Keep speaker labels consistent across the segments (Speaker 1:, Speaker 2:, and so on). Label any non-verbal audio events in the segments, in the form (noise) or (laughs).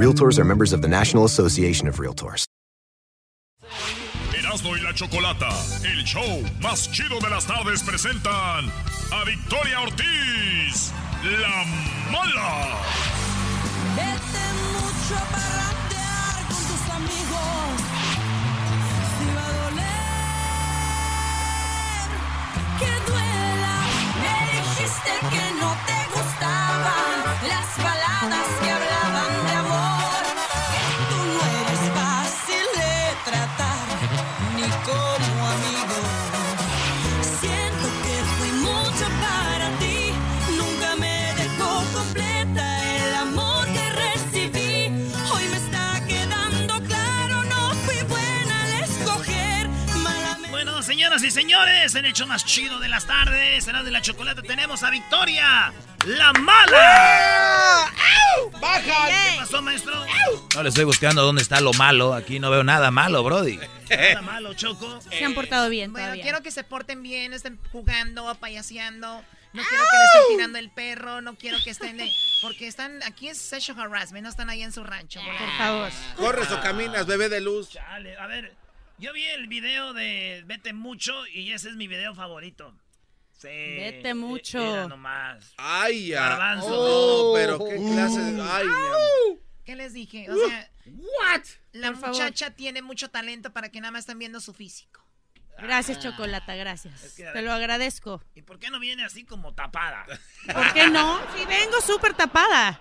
Speaker 1: Realtors are members of the National Association of Realtors.
Speaker 2: Erasmo y la Chocolata, el show más chido de las tardes, presentan a Victoria Ortiz, la mala.
Speaker 3: Vete mucho a parrandear con tus amigos. Si va a doler, que duela. Me dijiste que no te gustaban las baladas que hablaban de amor. Que tú no eres fácil de tratar, ni como amigo. Siento que fui mucho para ti, nunca me dejó completa el amor que recibí. Hoy me está quedando claro, no fui buena al escoger. Malamente
Speaker 4: Bueno, señoras y señores, el hecho más chido de las tardes, será de la chocolate, tenemos a Victoria, la mala. ¡Baja! ¿Qué pasó, maestro?
Speaker 5: No le estoy buscando dónde está lo malo. Aquí no veo nada malo, Brody.
Speaker 4: Nada malo, Choco.
Speaker 6: Se han portado bien
Speaker 7: Bueno,
Speaker 6: todavía.
Speaker 7: quiero que se porten bien, estén jugando, payaseando. No quiero que le estén tirando el perro, no quiero que estén... de- porque están... Aquí es sexual harassment, no están ahí en su rancho. güey.
Speaker 6: Por favor.
Speaker 8: Corres
Speaker 4: Ah.
Speaker 8: o caminas, bebé de luz.
Speaker 4: Dale, a ver, yo vi el video de Vete Mucho y ese es mi video favorito. Sí.
Speaker 6: Vete
Speaker 4: eh,
Speaker 6: mucho.
Speaker 4: mira nomás.
Speaker 8: Ay, ya.
Speaker 4: Garbanzo.
Speaker 8: Oh, pero qué clase de. Ay, mi amor.
Speaker 7: ¿Qué les dije? O sea,
Speaker 8: What?
Speaker 7: la
Speaker 6: Por favor.
Speaker 7: muchacha tiene mucho talento para que nada más están viendo su físico.
Speaker 6: Gracias, Chocolata, gracias.
Speaker 4: Ah. que a
Speaker 6: Te
Speaker 4: ver- (laughs)
Speaker 6: lo agradezco.
Speaker 4: ¿Y por qué no viene así como
Speaker 6: (laughs)
Speaker 4: tapada?
Speaker 6: ¿Por qué no? Si vengo súper tapada.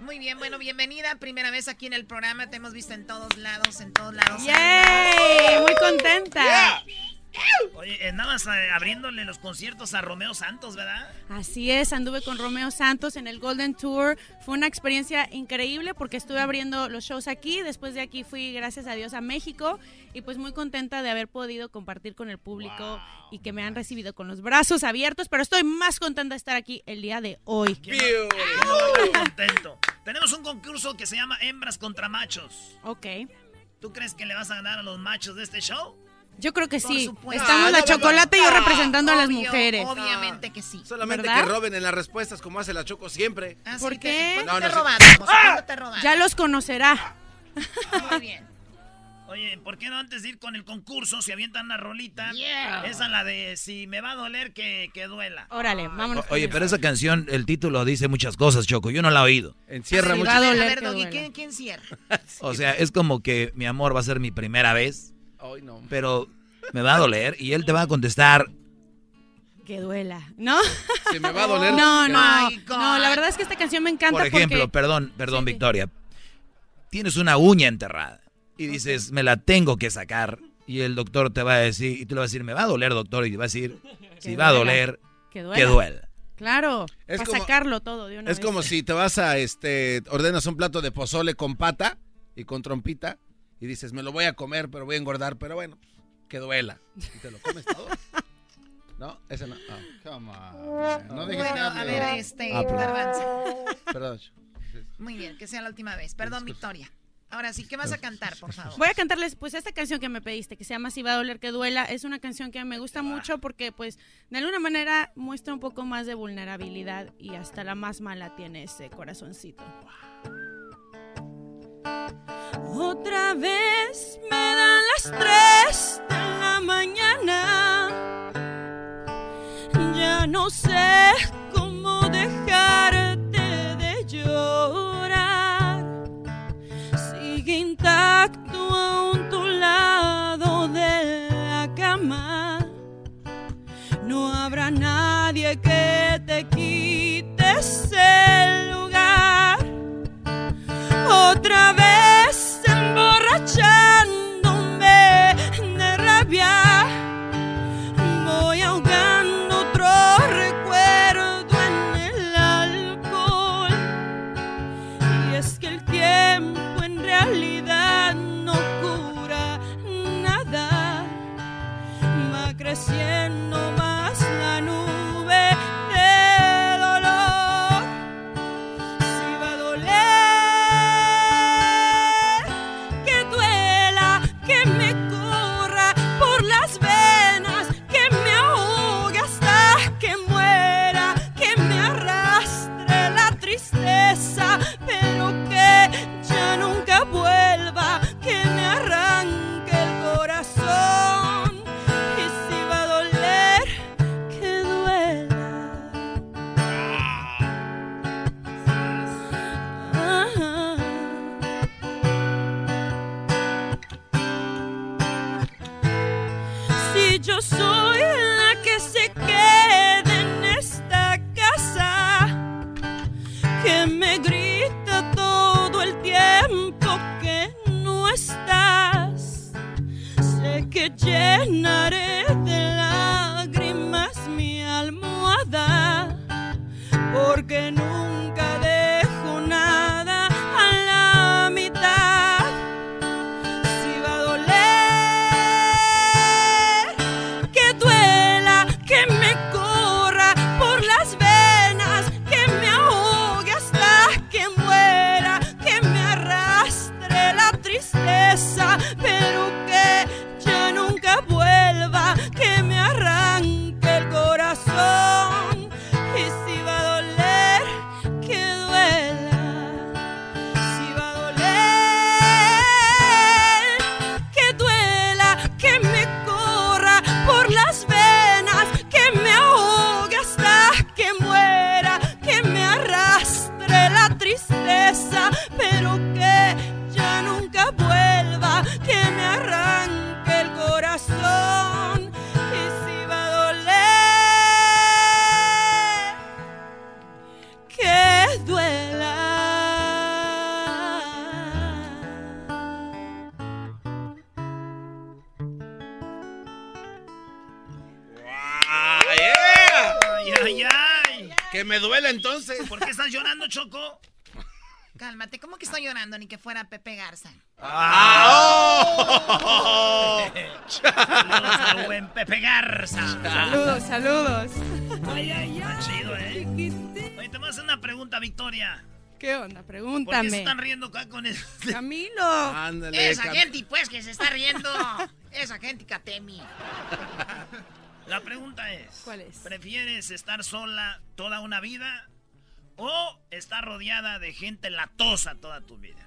Speaker 7: Muy bien, bueno, bienvenida. Primera vez aquí en el programa. Te hemos visto en todos lados, en todos lados.
Speaker 6: ¡Yay! Muy contenta.
Speaker 4: Oye, andabas eh, abriéndole los conciertos a Romeo Santos, ¿verdad?
Speaker 6: Así es, anduve con Romeo Santos en el Golden Tour. Fue una experiencia increíble porque estuve abriendo los shows aquí. Después de aquí fui, gracias a Dios, a México. Y pues muy contenta de haber podido compartir con el público y que me han recibido con los brazos abiertos. Pero estoy más contenta de estar aquí el día de hoy.
Speaker 8: Pew.
Speaker 4: Yo no estoy contento. Tenemos un concurso que se llama Hembras contra Machos.
Speaker 6: Ok.
Speaker 4: ¿Tú crees que le vas a ganar a los machos de este show?
Speaker 6: Yo creo que
Speaker 7: Por
Speaker 6: sí.
Speaker 7: supuesto.
Speaker 6: Estamos
Speaker 8: Ah,
Speaker 6: la
Speaker 8: no, no,
Speaker 6: chocolate y yo
Speaker 8: no.
Speaker 6: representando a las
Speaker 7: Obvio,
Speaker 6: mujeres.
Speaker 7: Obviamente que sí.
Speaker 8: Solamente
Speaker 6: ¿Verdad?
Speaker 8: que roben en las respuestas como hace la Choco siempre.
Speaker 4: Ah.
Speaker 7: Así
Speaker 6: ¿Por
Speaker 7: te-
Speaker 6: qué?
Speaker 7: ¿Cuándo
Speaker 8: No,
Speaker 7: te
Speaker 8: no, sí.
Speaker 7: robaron? José? ¿Cuándo te robaron?
Speaker 6: Ya los conocerá.
Speaker 7: Muy bien.
Speaker 4: Oye, ¿por qué no antes de ir con el concurso se avientan una rolita? Esa la de si me va a doler que, que duela.
Speaker 6: Órale, vámonos.
Speaker 5: O- oye,
Speaker 6: con
Speaker 5: pero
Speaker 6: eso.
Speaker 5: esa canción, el título dice muchas cosas, Choco. Yo no la he oído.
Speaker 8: Encierra
Speaker 6: Sí,
Speaker 8: mucho.
Speaker 6: va a
Speaker 7: A ver,
Speaker 6: doler que
Speaker 7: Doggy,
Speaker 6: duela.
Speaker 7: ¿quién, quién cierra?
Speaker 5: O sea, es como que mi amor va a ser mi primera vez,
Speaker 8: Ay, no.
Speaker 5: pero me va a doler y él te va a contestar.
Speaker 6: Que duela, ¿no?
Speaker 8: (laughs) Se me va a doler.
Speaker 6: No, no.
Speaker 7: Ay, God.
Speaker 6: No, la verdad es que esta canción me encanta
Speaker 5: Por ejemplo,
Speaker 6: porque...
Speaker 5: perdón, perdón,
Speaker 6: Sí, sí.
Speaker 5: Victoria. Tienes una uña enterrada y dices, me la tengo que sacar. Y el doctor te va a decir, y tú le vas a decir, me va a doler, doctor. Y te va a
Speaker 7: (laughs)
Speaker 5: decir, si va a
Speaker 6: duela,
Speaker 5: doler,
Speaker 6: Que
Speaker 5: que
Speaker 6: duela.
Speaker 5: duela.
Speaker 6: Claro,
Speaker 8: Es
Speaker 6: para
Speaker 8: como-
Speaker 6: sacarlo todo de una
Speaker 8: Es
Speaker 6: vez.
Speaker 8: como si te vas a este ordenas un plato de pozole con pata y con trompita y dices, "Me lo voy a comer, pero voy a engordar, pero bueno, que duela." Y te lo
Speaker 7: (laughs)
Speaker 8: comes todo. No, ese no. Ah, come on. No dejes que
Speaker 7: Bueno, a
Speaker 8: hable.
Speaker 7: ver, este,
Speaker 8: Ah, perdón.
Speaker 7: Garbanzo.
Speaker 8: Perdón.
Speaker 7: Muy bien, que sea la última vez. Perdón, Victoria. Ahora sí, ¿qué vas a cantar, por favor?
Speaker 6: Voy a cantarles pues esta canción que me pediste, que se llama Si va a doler que duela. Es una canción que me gusta mucho porque pues de alguna manera muestra un poco más de vulnerabilidad y hasta la más mala tiene ese corazoncito. Otra vez me dan las 3 de la mañana. Ya no sé cómo dejarte de llorar.
Speaker 3: sigue intacto a tu lado de la cama. No habrá nadie que te quite ese lugar. Otra vez emborrachándome de rabia. Voy ahogando otro recuerdo en el alcohol. Y es que el tiempo en realidad no cura nada. Va creciendo más la nube de dolor. Si va a doler, que duela, que me corra por las venas, que me ahogue hasta que muera, que me arrastre la tristeza, pero que ya nunca vuelva, que me arranque el corazón. Y si va a doler, que duela. Ajá. Si yo soy la que se queda en esta casa, que me grita todo el tiempo que no estás, sé que llenaré de lágrimas mi almohada porque nunca dejo nada a la mitad. Si va a doler, que duela, que me corra por las venas, que me ahogue hasta que muera, que me arrastre la tristeza, pero que ya nunca vuelva, que me arranque el corazón. Y si va a doler, que duela. Si va a doler, que duela, que me corra por las venas, que me ahogue hasta que muera, que me arrastre la tristeza, pero que ya nunca vuelva, que me arranque el corazón. Y si va a doler, que duela.
Speaker 8: eh!
Speaker 4: ¡Ay, ay, ay!
Speaker 9: Que me duela
Speaker 7: (laughs)
Speaker 9: entonces.
Speaker 4: ¿Por qué estás llorando, Choco?
Speaker 7: Cálmate, ¿cómo que estoy llorando? Ni que fuera Pepe Garza.
Speaker 8: Ah,
Speaker 7: Ah.
Speaker 8: oh.
Speaker 4: Saludos al buen Pepe Garza.
Speaker 3: Saludos, saludos.
Speaker 4: Ay, ay, ay. Chido, ¿eh? Oye, te voy a hacer una pregunta, Victoria.
Speaker 3: ¿Qué onda?
Speaker 4: ¿Por qué se
Speaker 3: Pregúntame.
Speaker 4: están riendo Ah. acá con eso?
Speaker 3: Camilo.
Speaker 9: Ándale.
Speaker 7: Esa
Speaker 9: Cam-
Speaker 7: gente, pues, que se está riendo. Esa gente, Katemi.
Speaker 4: La pregunta es...
Speaker 3: ¿Cuál es?
Speaker 4: ¿Prefieres estar sola toda una vida o estar rodeada de gente latosa toda tu vida?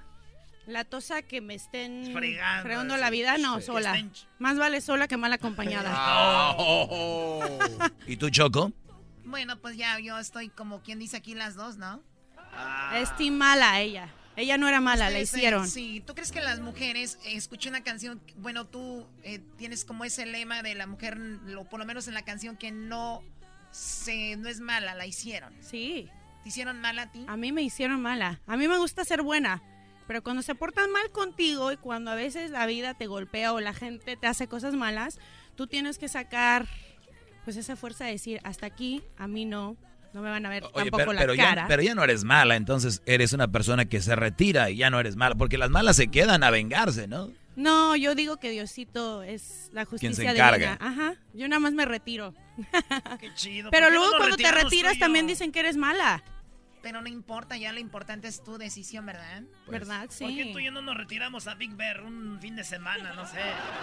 Speaker 6: La tosa que me estén
Speaker 4: Fregando,
Speaker 6: fregando
Speaker 4: así.
Speaker 6: la vida, no,
Speaker 4: Sí. Pues,
Speaker 6: sola.
Speaker 4: Que estén-
Speaker 6: Más vale sola que mal acompañada.
Speaker 9: Ah, oh, oh, oh.
Speaker 8: ¿Y tú, Choco?
Speaker 7: Bueno, pues ya yo estoy como quien dice aquí las dos, ¿no?
Speaker 6: Estimala mala ella. Ella no era mala, Ah, la
Speaker 7: Ustedes, eh,
Speaker 6: hicieron.
Speaker 7: Sí, ¿tú crees que las mujeres eh, escuchan una canción? Bueno, tú eh, tienes como ese lema de la mujer, lo, por lo menos en la canción, que no, se, no es mala, la hicieron.
Speaker 6: Sí,
Speaker 7: ¿Te hicieron mal a ti?
Speaker 6: a mí me hicieron mala. A mí me gusta ser buena. Pero cuando se portan mal contigo y cuando a veces la vida te golpea o la gente te hace cosas malas, tú tienes que sacar pues esa fuerza de decir, hasta aquí, a mí no, no me van a ver
Speaker 8: Oye,
Speaker 6: tampoco
Speaker 8: pero,
Speaker 6: la
Speaker 8: pero
Speaker 6: cara.
Speaker 8: ya, pero ya no eres mala, entonces eres una persona que se retira y ya no eres mala, porque las malas se quedan a vengarse, ¿no?
Speaker 6: No, yo digo que Diosito es la justicia divina.
Speaker 8: encarga.
Speaker 6: Ajá, yo nada más me retiro.
Speaker 4: Qué chido.
Speaker 6: Pero
Speaker 4: ¿por qué no
Speaker 6: luego
Speaker 4: nos
Speaker 6: cuando te
Speaker 4: retiramos tú
Speaker 6: retiras
Speaker 4: y yo?
Speaker 6: también dicen que eres mala,
Speaker 7: Pero no importa, ya lo importante es tu decisión, ¿verdad?
Speaker 9: Pues,
Speaker 6: ¿verdad? Sí.
Speaker 4: ¿Por qué tú y yo no nos retiramos a Big Bear un fin de semana? No sé.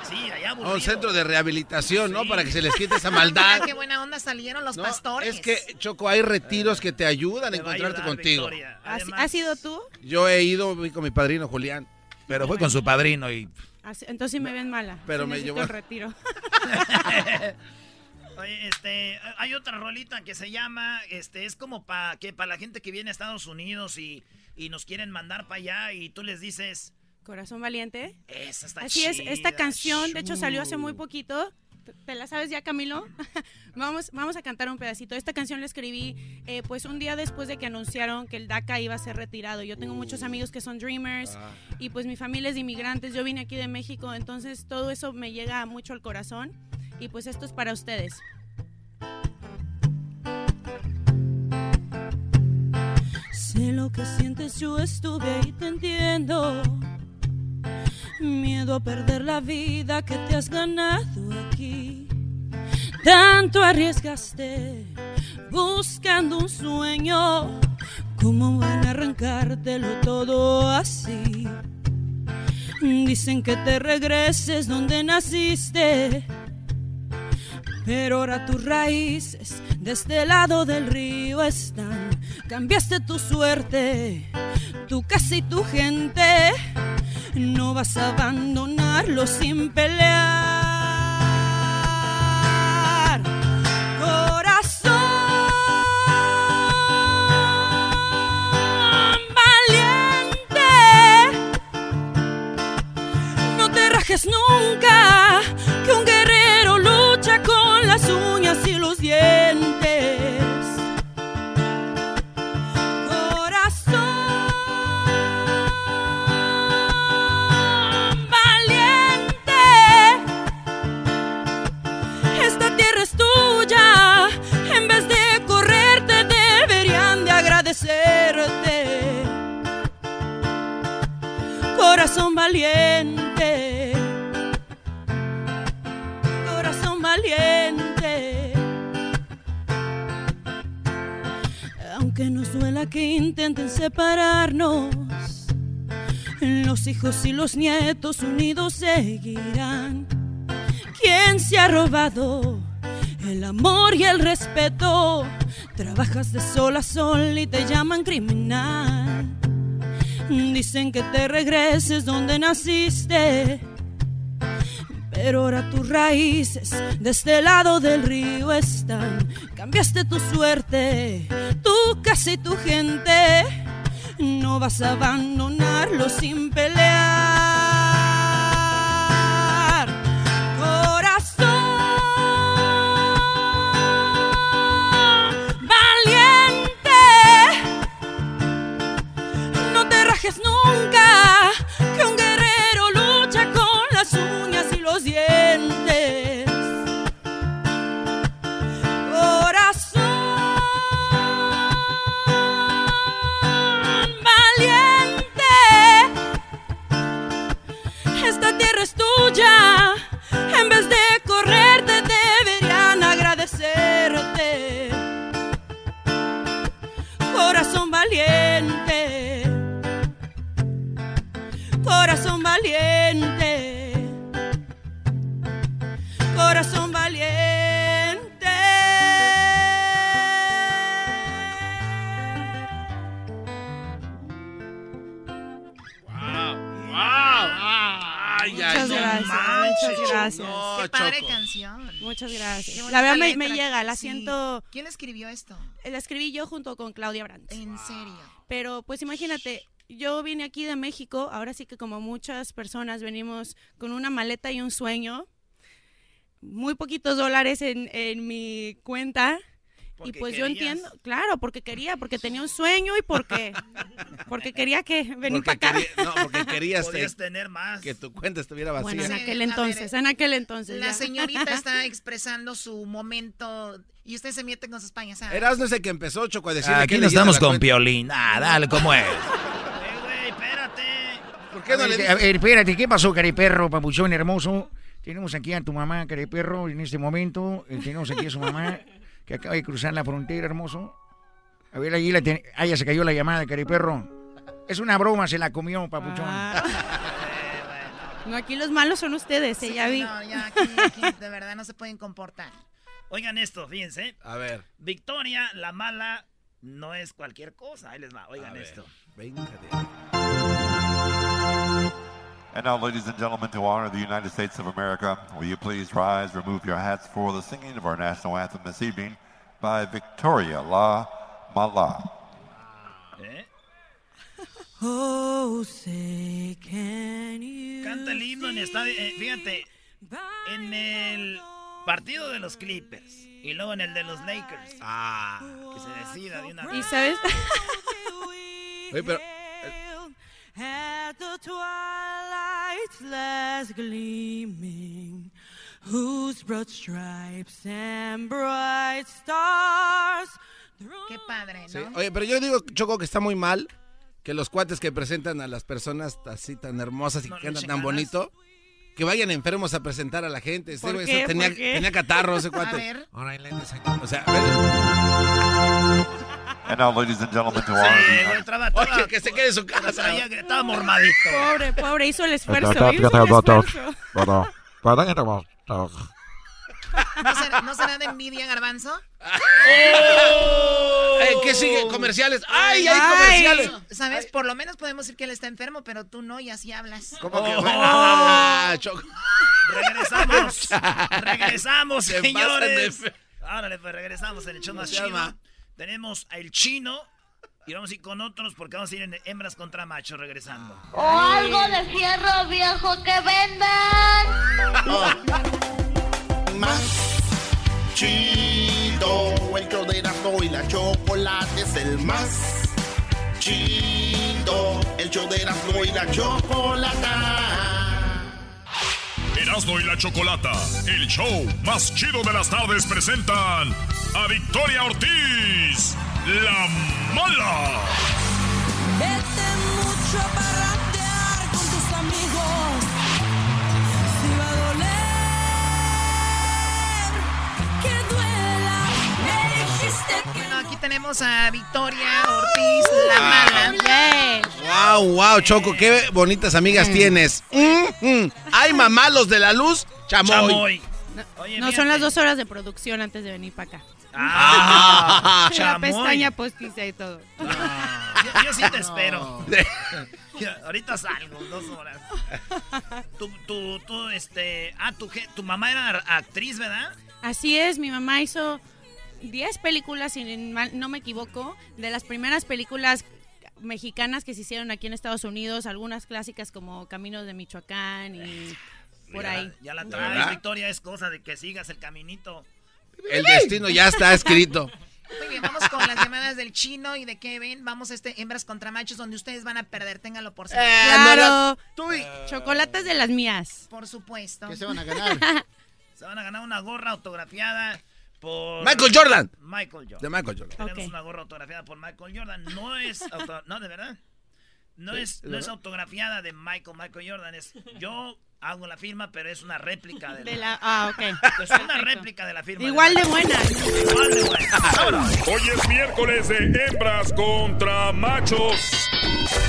Speaker 4: Sí, allá
Speaker 9: A
Speaker 4: aburrido.
Speaker 9: un Oh, centro de rehabilitación, ¿no?
Speaker 4: Sí.
Speaker 9: Para que se les quite esa
Speaker 7: Ah,
Speaker 9: maldad.
Speaker 7: qué buena onda salieron los
Speaker 9: No,
Speaker 7: pastores.
Speaker 9: Es que, Choco, hay retiros que te ayudan a
Speaker 4: Te va a
Speaker 9: encontrarte
Speaker 4: ayudar,
Speaker 9: contigo.
Speaker 4: Victoria.
Speaker 6: ¿Has,
Speaker 4: Además,
Speaker 6: has sido tú?
Speaker 9: Yo he ido voy con mi padrino Julián.
Speaker 8: Pero fue con su padrino y
Speaker 6: Has- entonces sí me ven mala.
Speaker 9: pero
Speaker 6: Sí
Speaker 9: me
Speaker 6: necesito
Speaker 9: llevó-
Speaker 6: el retiro. (laughs)
Speaker 4: Oye, este, hay otra rolita que se llama, este, es como para que para la gente que viene a Estados Unidos y, y nos quieren mandar para allá y tú les dices,
Speaker 10: Corazón Valiente.
Speaker 11: Esa está
Speaker 10: Así es, esta
Speaker 11: chida,
Speaker 10: canción, de hecho, salió hace muy
Speaker 11: chu.
Speaker 10: poquito. ¿Te- ¿Te la sabes ya, Camilo? (laughs) vamos, vamos a cantar un pedacito. Esta canción la escribí eh, pues un día después de que anunciaron que el DACA iba a ser retirado. Yo tengo
Speaker 11: Oh.
Speaker 10: muchos amigos que son dreamers
Speaker 11: Ah.
Speaker 10: y pues mi familia es de inmigrantes. Yo vine aquí de México, entonces todo eso me llega mucho al corazón. Y pues esto es para ustedes.
Speaker 6: Sé lo que sientes, yo estuve ahí, te entiendo. Miedo a perder la vida que te has ganado aquí. Tanto arriesgaste buscando un sueño. ¿Cómo van a arrancártelo todo así? Dicen que te regreses donde naciste. Pero ahora tus raíces de este lado del río están. Cambiaste tu suerte, tu casa y tu gente.
Speaker 10: ¿Eh?
Speaker 6: No vas a abandonarlo sin pelear. Corazón valiente. No te rajes nunca, que un guerrero lucha con las uñas y los dientes. Corazón valiente, esta tierra es tuya, en vez de correrte deberían de agradecerte corazón valiente, corazón valiente. Aunque nos duela que intenten separarnos, los hijos y los nietos unidos seguirán. ¿Quién se ha robado el amor y el respeto? Trabajas de sol a sol y te llaman criminal. Dicen que te regreses donde naciste. Pero ahora tus raíces de este lado del río están. Cambiaste tu suerte, tu casa y tu gente. No vas a abandonarlo sin pelear. Corazón valiente. No te rajes nunca, que un guerrero lucha con las uñas y los dientes. Corazón valiente, esta tierra es tuya. En vez de correrte, deberían agradecerte. Corazón valiente. Corazón valiente. Corazón valiente.
Speaker 8: Ay,
Speaker 10: Muchas
Speaker 8: ay, no
Speaker 10: gracias,
Speaker 8: manches,
Speaker 10: muchas gracias.
Speaker 8: no,
Speaker 7: Qué padre
Speaker 8: Choco.
Speaker 7: canción.
Speaker 10: Muchas gracias. La
Speaker 7: Qué bonita
Speaker 10: verdad me, me
Speaker 7: letra.
Speaker 10: llega, la
Speaker 7: Sí.
Speaker 10: siento,
Speaker 7: ¿Quién escribió esto?
Speaker 10: la escribí yo junto con Claudia Brandt.
Speaker 7: En serio.
Speaker 10: Pero pues imagínate, yo vine aquí de México, ahora sí que como muchas personas venimos con una maleta y un sueño, muy poquitos dólares en, en mi cuenta. Y
Speaker 11: Porque
Speaker 10: pues yo
Speaker 11: querías.
Speaker 10: entiendo, claro, porque quería, porque tenía un sueño y porque, porque quería que venir para
Speaker 8: Porque
Speaker 10: acá.
Speaker 8: quería- no,
Speaker 4: (laughs)
Speaker 8: porque querías
Speaker 11: Podías
Speaker 8: te-
Speaker 11: tener más.
Speaker 8: que tu cuenta estuviera
Speaker 10: Bueno,
Speaker 8: vacía.
Speaker 10: en
Speaker 7: Sí,
Speaker 10: aquel
Speaker 7: a ver, eh,
Speaker 10: entonces, en aquel entonces.
Speaker 7: La
Speaker 10: ya.
Speaker 7: señorita
Speaker 10: (laughs)
Speaker 7: (laughs) está expresando su momento y usted se mete con sus payasadas.
Speaker 8: Eras no sé que empezó Choco a decir.
Speaker 9: Ah,
Speaker 12: Aquí no estamos con Piolín. Ah, dale, ¿cómo es?
Speaker 11: Eh, güey, espérate.
Speaker 8: ¿Por qué no le
Speaker 4: A
Speaker 8: dices?
Speaker 4: ver, espérate, ¿qué pasó, cariperro, papuchón hermoso? Tenemos aquí a tu mamá, cariperro, en este momento. eh, Tenemos aquí a su mamá, que acaba de cruzar la frontera, hermoso. A ver, ahí la ten... Ah, ya se cayó la llamada, cariperro. Es una broma, se la comió, papuchón.
Speaker 10: Ah. No, aquí los malos son ustedes, eh,
Speaker 7: Sí,
Speaker 10: ya vi.
Speaker 7: no, ya aquí- aquí de verdad no se pueden comportar.
Speaker 11: Oigan esto, fíjense.
Speaker 8: A ver.
Speaker 11: Victoria, la mala, no es cualquier cosa. Ahí les va,
Speaker 8: a
Speaker 11: oigan
Speaker 8: ver,
Speaker 11: esto.
Speaker 8: véngate.
Speaker 2: And now, ladies and gentlemen, to honor the United States of America, will you please rise, remove your hats for the singing of our national anthem this evening by Victoria La Mala.
Speaker 11: ¿Eh?
Speaker 3: Oh, say can you
Speaker 4: Canta el himno en estadio. eh, fíjate, en el partido de los Clippers y luego en el de los Lakers. Ah, que se decida de una vez.
Speaker 6: Y sabes,
Speaker 9: Oye, pero
Speaker 3: at the twilight's last gleaming, whose broad stripes and bright stars.
Speaker 7: Qué padre, ¿no?
Speaker 9: Sí, Oye, pero yo digo, Choco, que está muy mal que los cuates que presentan a las personas así tan hermosas y que cantan tan bonito, que vayan enfermos a presentar a la gente. Ese
Speaker 4: ¿Por
Speaker 9: güey,
Speaker 4: qué?
Speaker 9: ese tenía,
Speaker 4: ¿Por qué?
Speaker 9: tenía catarro ese
Speaker 4: A
Speaker 9: cuate.
Speaker 4: ver.
Speaker 9: Alright, ladies and gentlemen. O sea, a
Speaker 13: And now, ladies and gentlemen, to honor the
Speaker 4: Sí,
Speaker 13: United
Speaker 4: güey, traba-
Speaker 9: Oye, que se quede en su casa.
Speaker 4: estaba mormadito.
Speaker 6: pobre, pobre, hizo el esfuerzo.
Speaker 14: Espérate,
Speaker 6: hizo
Speaker 14: espérate,
Speaker 6: el esfuerzo.
Speaker 14: espérate. Bueno, bueno, ya te vamos.
Speaker 7: ¿No será, no será de envidia, Garbanzo?
Speaker 9: ver, eh, ¿Qué sigue? ¿Comerciales? ¡Ay, hay
Speaker 7: Ay.
Speaker 9: comerciales!
Speaker 7: Sabes, por lo menos podemos decir que él está enfermo, pero tú no y así hablas.
Speaker 9: ¿Cómo que? Ah, Choco.
Speaker 15: (laughs)
Speaker 4: Regresamos. Regresamos,
Speaker 9: Se pasan de
Speaker 4: señores.
Speaker 9: fe-
Speaker 4: Árale, pues regresamos en el show más
Speaker 9: Se llama.
Speaker 4: chido. Tenemos al chino y vamos a ir con otros porque vamos a ir en hembras contra machos regresando.
Speaker 16: O algo de fierro viejo que vendan.
Speaker 15: Más chido. El choderazo y la chocolate es el más chido. El choderazo y la chocolata.
Speaker 2: Erasmo y la Chocolata, el show más chido de las tardes, presentan a Victoria Ortiz, la mala.
Speaker 16: Vete mucho a parrandear con tus amigos. Si va a doler, que duela. Me dijiste
Speaker 7: Bueno, aquí tenemos a Victoria Ortiz, la mala.
Speaker 9: Wow, wow, Choco, qué bonitas amigas tienes. Mm, mm. Ay, mamá, los de la luz, chamoy.
Speaker 6: Chamoy. No son las dos horas de producción antes de venir para acá.
Speaker 9: Ah,
Speaker 6: (laughs) la
Speaker 9: chamoy.
Speaker 6: pestaña postiza y todo.
Speaker 4: Yo, yo sí te espero. Ya, Ahorita salgo, dos horas. Tú, tú, tú, este. Ah, tu, je- tu mamá era ar- actriz, ¿verdad?
Speaker 6: Así es, mi mamá hizo 10 películas, si mal- no me equivoco, de las primeras películas mexicanas que se hicieron aquí en Estados Unidos, algunas clásicas como Caminos de Michoacán y por
Speaker 4: Ya-
Speaker 6: ahí.
Speaker 4: Ya la traes,
Speaker 9: ¿Verdad?
Speaker 4: Victoria, es cosa de que sigas el caminito.
Speaker 9: El destino ya está escrito.
Speaker 7: Muy bien, vamos con las llamadas del chino y de Kevin. Vamos a este hembras contra machos donde ustedes van a perder, ténganlo por
Speaker 4: Eh.
Speaker 7: seguro.
Speaker 4: Ah,
Speaker 6: Claro, chocolates de las mías.
Speaker 7: Por supuesto.
Speaker 6: ¿Qué
Speaker 4: se van a ganar? (laughs) Se van a ganar una gorra autografiada por.
Speaker 9: Michael Jordan.
Speaker 4: Michael Jordan.
Speaker 9: De Michael Jordan.
Speaker 4: Tenemos
Speaker 9: Ok.
Speaker 4: una gorra autografiada por Michael Jordan. No
Speaker 9: (laughs)
Speaker 4: es. auto- no, de verdad. No,
Speaker 9: Sí,
Speaker 4: es,
Speaker 9: ¿de
Speaker 4: no es
Speaker 9: verdad?
Speaker 4: autografiada de Michael, Michael Jordan. Es, yo hago la firma, pero es una réplica de la.
Speaker 6: De la- ah, ok.
Speaker 4: (laughs) Es una réplica de la firma.
Speaker 6: Igual de
Speaker 4: Michael.
Speaker 6: buena.
Speaker 4: Igual de buena.
Speaker 2: Hoy es miércoles de hembras contra machos.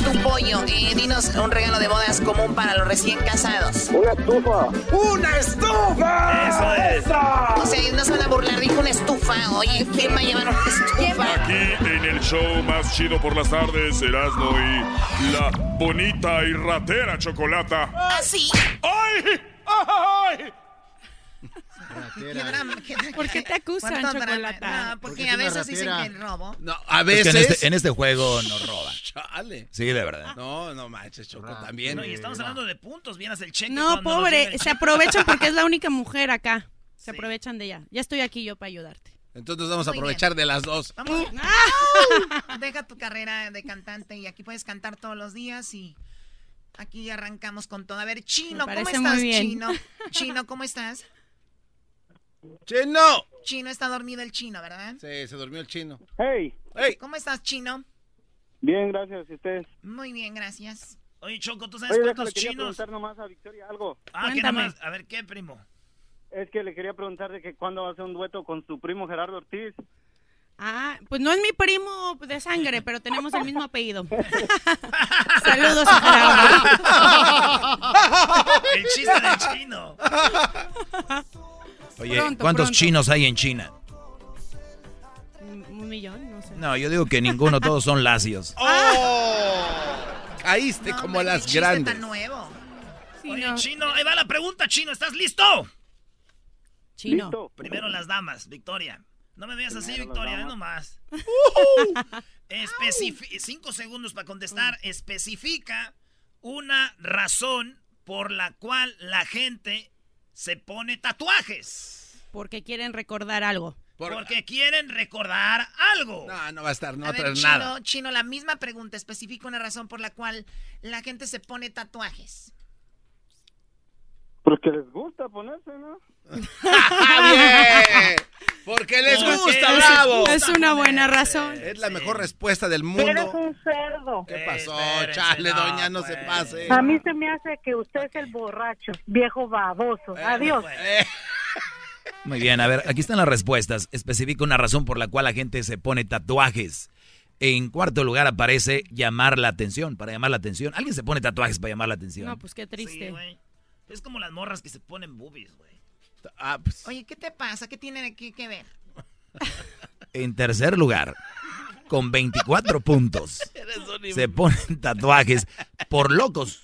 Speaker 7: Tu pollo, eh, dinos un regalo de bodas común para los recién casados.
Speaker 2: Una estufa.
Speaker 7: ¡Una estufa!
Speaker 2: Eso es. ¡Esa!
Speaker 7: O sea, nos van a burlar, dijo una estufa. Oye, ¿quién va a llevar una estufa?
Speaker 2: Aquí en el show más chido por las tardes, Erasmo y la bonita y ratera Chocolata.
Speaker 7: Así.
Speaker 2: ¡Ay! ¡Ay!
Speaker 7: ¿Qué drama?
Speaker 6: ¿Por qué te acusan,
Speaker 7: ¿Cuánto drama?
Speaker 6: Chocolata?
Speaker 7: No,
Speaker 6: Porque
Speaker 7: porque,
Speaker 6: es
Speaker 7: a
Speaker 6: una
Speaker 7: veces dicen
Speaker 6: ratera.
Speaker 7: que el robo.
Speaker 9: No, a
Speaker 8: Es
Speaker 9: veces.
Speaker 8: que en este, en este juego nos roba.
Speaker 9: Chale.
Speaker 8: Sí, de verdad.
Speaker 9: No, no manches, Choco, también.
Speaker 4: No, y estamos hablando de puntos, vieras el cheque.
Speaker 6: No,
Speaker 4: pues, cuando nos llega
Speaker 6: pobre,
Speaker 4: el
Speaker 6: se aprovechan porque es la única mujer acá. Se aprovechan de ella. Ya estoy aquí yo para ayudarte.
Speaker 9: Entonces nos vamos a
Speaker 7: Muy
Speaker 9: aprovechar de las dos.
Speaker 7: Vamos. Deja tu carrera de cantante y aquí puedes cantar todos los días y aquí arrancamos con todo. A ver, Chino,
Speaker 6: Me
Speaker 7: ¿cómo
Speaker 6: parece
Speaker 7: estás,
Speaker 6: muy bien.
Speaker 7: Chino? Chino, ¿cómo estás?
Speaker 9: ¡Chino!
Speaker 7: Chino está dormido el chino, ¿verdad?
Speaker 9: Sí, se durmió el chino.
Speaker 17: Hey,
Speaker 7: ¿Cómo estás, Chino?
Speaker 17: bien, gracias. ¿Y ustedes?
Speaker 7: Muy bien, gracias.
Speaker 4: Oye, Choco, ¿tú
Speaker 17: sabes Oye, cuántos déjale, quería chinos? preguntar nomás a Victoria algo.
Speaker 4: Ah, que nada
Speaker 17: Cuéntame.
Speaker 4: más. A ver, ¿qué, primo?
Speaker 17: Es que le quería preguntar de que cuándo va a hacer un dueto con su primo Gerardo Ortiz.
Speaker 6: Ah, pues no es mi primo de sangre, pero tenemos el mismo apellido. (laughs) Saludos a Gerardo.
Speaker 4: El chiste del
Speaker 9: (laughs)
Speaker 4: chino.
Speaker 8: Oye,
Speaker 6: Pronto,
Speaker 8: ¿cuántos
Speaker 6: pronto.
Speaker 8: chinos hay en China?
Speaker 6: Un un millón, no sé.
Speaker 8: No, yo digo que ninguno, todos
Speaker 9: (laughs)
Speaker 8: son lacios.
Speaker 9: Caíste Oh. como las grandes.
Speaker 7: nuevo.
Speaker 4: Oye, chino, ahí va la pregunta, chino. ¿Estás listo?
Speaker 6: Chino. Listo.
Speaker 4: Primero las damas, Victoria. No me veas así,
Speaker 6: Primero las
Speaker 4: Victoria,
Speaker 6: damas.
Speaker 7: (laughs)
Speaker 4: no más. Especifi- cinco segundos para contestar. Especifica una razón por la cual la gente se pone tatuajes.
Speaker 6: Porque quieren recordar algo.
Speaker 4: Porque quieren recordar algo.
Speaker 9: No, no va a estar, no va
Speaker 7: A
Speaker 9: a
Speaker 7: ver,
Speaker 9: traer
Speaker 7: chino,
Speaker 9: nada. (laughs)
Speaker 7: chino, la misma pregunta. Especifica una razón por la cual la gente se pone tatuajes.
Speaker 17: Porque les gusta ponerse, ¿no?
Speaker 9: ¡Ah, Porque les
Speaker 17: Porque
Speaker 9: gusta,
Speaker 17: les
Speaker 9: bravo.
Speaker 17: gusta
Speaker 6: Es una buena razón.
Speaker 9: Es la mejor respuesta del
Speaker 18: Eres
Speaker 9: mundo.
Speaker 18: un cerdo.
Speaker 7: Eh,
Speaker 9: ¿Qué pasó? Chale, doña, no se
Speaker 7: pues.
Speaker 9: pase.
Speaker 18: A mí se me hace que usted es el borracho, viejo baboso. Adiós.
Speaker 8: Muy bien, a ver, aquí están las respuestas. Especifica una razón por la cual la gente se pone tatuajes. En cuarto lugar aparece llamar la atención, para llamar la atención. ¿Alguien se pone tatuajes para llamar la atención?
Speaker 6: No, pues qué triste.
Speaker 4: es como las morras que se ponen boobies, güey.
Speaker 9: Ah, pues.
Speaker 7: Oye, ¿qué te pasa? ¿Qué tienen aquí que ver?
Speaker 8: En tercer lugar, con 24 puntos,
Speaker 4: Eres un
Speaker 8: se ponen tatuajes por locos.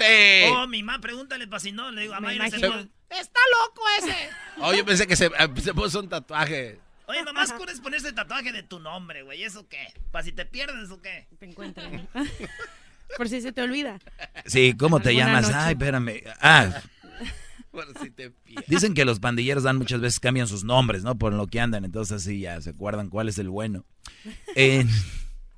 Speaker 9: Eh,
Speaker 4: Oh, mi mamá, pregúntale para si no. Le digo, a
Speaker 7: Está loco ese.
Speaker 9: Oh, yo pensé que se, se puso un tatuaje.
Speaker 4: Oye, nomás cura es ponerse tatuaje de tu nombre, güey. ¿Eso qué? ¿Para si te pierdes o qué?
Speaker 6: Te encuentran. (laughs) Por si se te olvida.
Speaker 8: Sí, ¿cómo te
Speaker 6: Alguna
Speaker 8: llamas?
Speaker 6: noche.
Speaker 8: Ay, espérame. Ah,
Speaker 9: (laughs) Por si te pierdes.
Speaker 8: dicen que los pandilleros dan muchas veces cambian sus nombres, ¿no? Por lo que andan, entonces así ya se acuerdan cuál es el bueno. En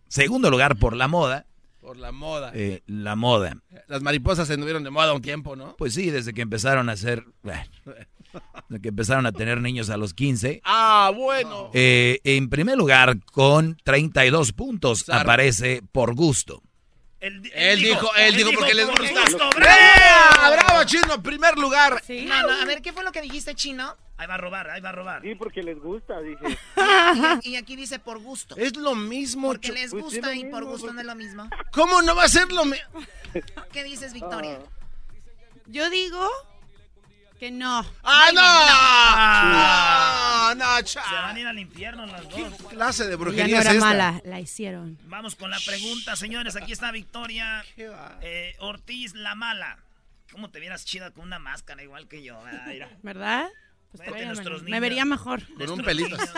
Speaker 8: segundo lugar, por la moda.
Speaker 9: Por la moda.
Speaker 8: eh, la moda.
Speaker 9: Las mariposas se anduvieron de moda un tiempo, ¿no?
Speaker 8: Pues sí, desde que empezaron a hacer, bueno, desde que empezaron a tener niños a los 15.
Speaker 9: Ah, bueno.
Speaker 8: Eh, en primer lugar, con 32 puntos, aparece por gusto.
Speaker 4: Él,
Speaker 9: dijo, él dijo porque les gusta.
Speaker 4: ¡Bravo!
Speaker 9: ¡Bravo, chino! Primer lugar.
Speaker 7: No, no, a ver, ¿qué fue lo que dijiste, chino?
Speaker 4: Ahí va a robar, ahí va a robar.
Speaker 9: pues,
Speaker 17: Sí, porque les gusta, dije.
Speaker 7: Y aquí dice por gusto.
Speaker 9: Es lo mismo.
Speaker 7: Porque
Speaker 9: Cho-
Speaker 7: les
Speaker 9: Pues sí,
Speaker 7: gusta
Speaker 9: lo
Speaker 7: y por
Speaker 9: mismo,
Speaker 7: gusto
Speaker 9: porque-
Speaker 7: no es lo mismo.
Speaker 9: ¿Cómo no va a ser lo mismo?
Speaker 7: ¿Qué dices, Victoria?
Speaker 9: Ah.
Speaker 6: Yo digo que no.
Speaker 9: ¡Ah, no! No, no,
Speaker 4: Se van a ir al infierno las dos.
Speaker 9: clase de
Speaker 6: Ya
Speaker 9: brujería
Speaker 6: no
Speaker 9: es
Speaker 6: era
Speaker 9: esta?
Speaker 6: mala, la hicieron.
Speaker 4: Vamos con la pregunta, señores. Aquí está Victoria eh, Ortiz la mala. ¿Cómo te vieras chida con una máscara igual que yo? ¿Verdad? Mira.
Speaker 6: ¿Verdad? Pues
Speaker 4: Vete,
Speaker 6: tráigamela.
Speaker 4: nuestros
Speaker 6: Me
Speaker 4: niños.
Speaker 6: vería mejor. Con
Speaker 4: Nuestros
Speaker 6: un pelito.
Speaker 4: niños,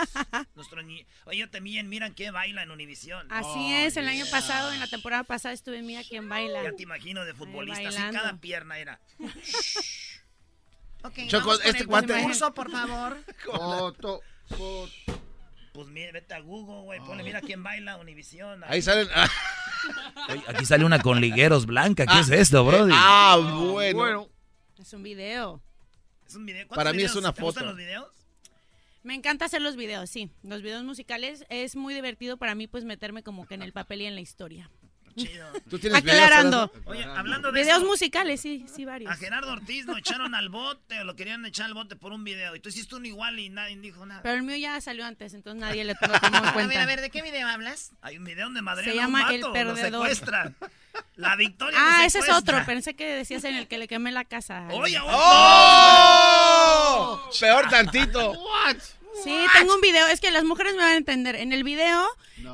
Speaker 4: nuestros ni- Oye, también, miran que baila en Univisión.
Speaker 6: Así es, el año pasado, en la temporada pasada, estuve en Mira quien baila.
Speaker 4: Ya te imagino de futbolista, así
Speaker 6: bailando.
Speaker 4: cada pierna era.
Speaker 7: Ok,
Speaker 4: Choco,
Speaker 7: vamos con
Speaker 4: este
Speaker 7: el
Speaker 4: cuate-
Speaker 7: concurso, por favor.
Speaker 9: Foto,
Speaker 4: Pues mira, vete a Google, güey.
Speaker 8: Ah.
Speaker 4: Ponle, mira quién baila Univisión.
Speaker 9: Ahí salen.
Speaker 8: Oye, aquí sale una con ligueros blanca. ¿Qué es esto, Brody?
Speaker 9: Ah, bueno.
Speaker 6: Es un video.
Speaker 4: Es un video.
Speaker 8: Para mí es una
Speaker 4: ¿Te gustan
Speaker 8: foto.
Speaker 4: los videos?
Speaker 6: Me encanta hacer los videos, sí. Los videos musicales es muy divertido para mí, pues meterme como que en el papel y en la historia.
Speaker 8: (laughs)
Speaker 9: ¿Tú tienes videos,
Speaker 6: Aclarando.
Speaker 9: Gerardo?
Speaker 4: Oye, hablando de
Speaker 6: Videos
Speaker 4: esto,
Speaker 6: musicales, sí, sí, varios.
Speaker 4: A Gerardo Ortiz lo echaron al bote, o lo querían echar al bote por un video. Y tú hiciste uno igual y nadie dijo nada.
Speaker 6: Pero el mío ya salió antes, entonces nadie le tomó tomó en
Speaker 4: A ver,
Speaker 6: cuenta.
Speaker 4: a ver,
Speaker 7: ¿De qué video hablas?
Speaker 4: Hay un video donde madre
Speaker 6: Se llama El Perdedor.
Speaker 4: secuestran. La victoria lo
Speaker 6: Ah, ese es
Speaker 4: secuestra.
Speaker 6: otro.
Speaker 4: (laughs)
Speaker 6: Pensé que decías en el que le quemé la casa.
Speaker 4: Oye, oye.
Speaker 9: ¡Oh! Peor tantito.
Speaker 6: Sí, tengo un video. Es que las mujeres me van a entender. En el video,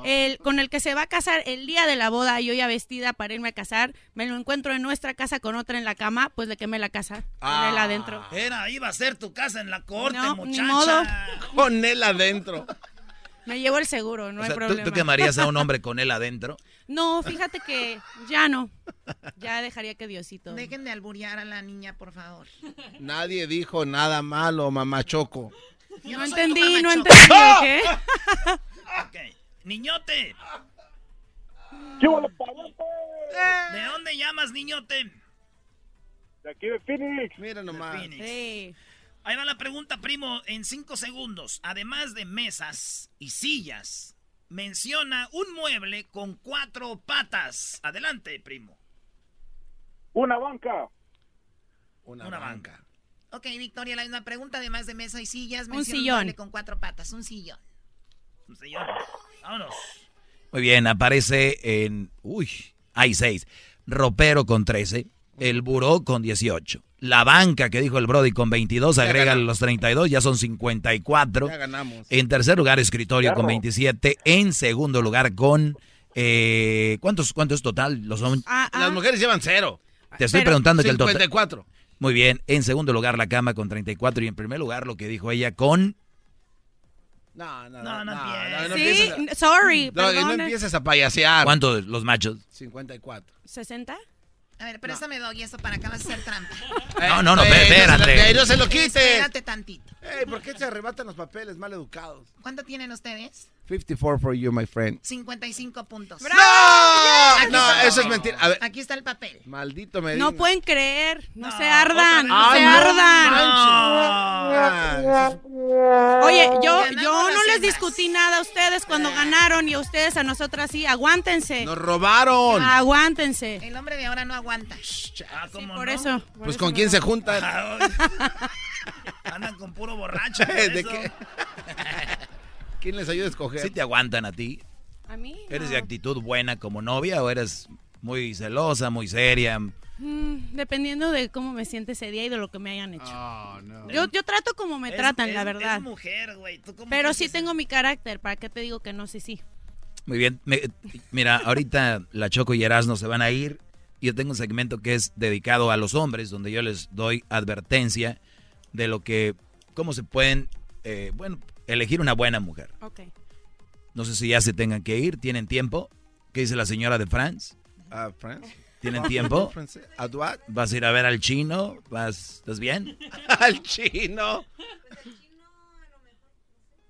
Speaker 6: el, con el que se va a casar el día de la boda, yo ya vestida para irme a casar, me lo encuentro en nuestra casa con otra en la cama, pues le quemé la casa. Con
Speaker 8: Ah.
Speaker 6: él adentro.
Speaker 4: Era, iba a ser tu casa en la corte,
Speaker 6: No, ni
Speaker 4: muchacha.
Speaker 6: modo.
Speaker 9: Con él adentro.
Speaker 6: Me llevo el seguro, no
Speaker 8: O
Speaker 6: hay
Speaker 8: sea, ¿tú-
Speaker 6: problema.
Speaker 8: ¿tú, quemarías a un hombre con él adentro?
Speaker 6: (laughs) No, fíjate que ya no. Ya dejaría que
Speaker 7: (laughs)
Speaker 6: Diosito.
Speaker 7: Dejen de alburear a la niña, por favor.
Speaker 9: Nadie dijo nada malo, mamá Choco.
Speaker 6: No,
Speaker 7: no soy tu
Speaker 6: entendí, no
Speaker 7: mamá,
Speaker 6: entendí.
Speaker 7: Choco.
Speaker 6: ¿Qué?
Speaker 4: Niñote. ¿De dónde llamas, niñote?
Speaker 17: De aquí de Phoenix.
Speaker 9: Mira nomás.
Speaker 8: (laughs)
Speaker 4: Ahí va la pregunta, primo, en cinco segundos. Además de mesas y sillas, menciona un mueble con cuatro patas. Adelante, primo.
Speaker 17: Una banca.
Speaker 9: Una,
Speaker 4: banca.
Speaker 7: Ok, Victoria, la misma pregunta, además de mesa y sillas.
Speaker 6: Un
Speaker 7: menciona
Speaker 6: sillón.
Speaker 7: mueble Con cuatro patas, un sillón.
Speaker 4: Un sillón. Vámonos.
Speaker 8: Muy bien, aparece en... Uy, hay seis. Ropero con 13, el buró con 18. La banca que dijo el Brody con 22, agrega los 32, ya son 54.
Speaker 9: Ya ganamos.
Speaker 8: En tercer lugar, escritorio con
Speaker 9: Perro.
Speaker 8: 27. En segundo lugar, con... eh, ¿cuántos, ¿Cuánto es total? Los hom-
Speaker 6: Ah,
Speaker 9: Las mujeres llevan cero.
Speaker 8: Ah. Te estoy preguntando que el total-
Speaker 9: 54.
Speaker 8: Muy bien. En segundo lugar, la cama con 34. Y en primer lugar, lo que dijo ella con
Speaker 9: No, no,
Speaker 4: No, no
Speaker 9: no
Speaker 6: Sí,
Speaker 9: empieces a-
Speaker 6: sorry,
Speaker 9: No, y no
Speaker 6: perdone.
Speaker 9: empieces a payasear.
Speaker 8: ¿Cuántos los machos?
Speaker 9: 54.
Speaker 6: ¿60?
Speaker 7: A ver, préstame Doggy eso para acá vas a hacer trampa.
Speaker 8: No, no, no,
Speaker 9: Eh,
Speaker 8: espérate.
Speaker 9: eh, no se lo quite.
Speaker 7: Espérate tantito.
Speaker 9: Ey, ¿por qué se arrebatan los papeles mal educados?
Speaker 7: ¿Cuánto tienen ustedes?
Speaker 9: 54 for you, my friend.
Speaker 7: 55 puntos.
Speaker 9: ¡No!
Speaker 7: Aquí
Speaker 9: Ah, No,
Speaker 7: está el
Speaker 9: eso es
Speaker 7: papel.
Speaker 9: mentira. A ver.
Speaker 7: Aquí está el papel.
Speaker 9: Maldito me
Speaker 6: No pueden creer, no, se
Speaker 7: Ah,
Speaker 6: ardan,
Speaker 9: otra
Speaker 6: no
Speaker 9: vez.
Speaker 6: se
Speaker 9: Ay, no
Speaker 6: ardan.
Speaker 9: Ah,
Speaker 6: Oye, yo,
Speaker 7: Ganamos
Speaker 6: yo no
Speaker 7: las
Speaker 6: les discutí nada a ustedes cuando ganaron y a ustedes a nosotras sí, aguántense.
Speaker 9: Nos robaron.
Speaker 6: Aguántense.
Speaker 7: El hombre de ahora no aguanta.
Speaker 4: Ah, Eh, ¿cómo
Speaker 6: por
Speaker 4: no?
Speaker 6: eso.
Speaker 9: Pues con quién se juntan.
Speaker 4: Andan con (laughs) puro borracho. por
Speaker 9: ¿De
Speaker 4: eso.
Speaker 9: qué? ¿Quién les ayuda a escoger?
Speaker 8: ¿Sí te aguantan a ti?
Speaker 6: A mí.
Speaker 8: ¿Eres de actitud buena como novia o eres muy celosa, muy seria?
Speaker 6: Mm, dependiendo de cómo me siente ese día y de lo que me hayan hecho.
Speaker 9: Ah,
Speaker 6: yo, yo trato como me
Speaker 4: Es-
Speaker 6: tratan,
Speaker 4: es-
Speaker 6: la verdad.
Speaker 4: Es mujer, güey. ¿Tú cómo
Speaker 6: Pero
Speaker 4: crees
Speaker 6: sí
Speaker 4: que se-
Speaker 6: tengo mi carácter, ¿para qué te digo que no? Sí, sí.
Speaker 8: Muy bien. me- mira, ahorita la Choco y Erasmo se van a ir. Yo tengo un segmento que es dedicado a los hombres, donde yo les doy advertencia de lo que, cómo se pueden, eh, bueno, elegir una buena mujer.
Speaker 6: Ok.
Speaker 8: No sé si ya se tengan que ir, tienen tiempo. ¿Qué dice la señora de France?
Speaker 9: Ah, France. (laughs)
Speaker 8: ¿Tienen tiempo?
Speaker 9: ¿A what?
Speaker 8: ¿Vas a ir a ver al chino? ¿Vas, ¿Estás bien?
Speaker 9: (laughs) Al chino.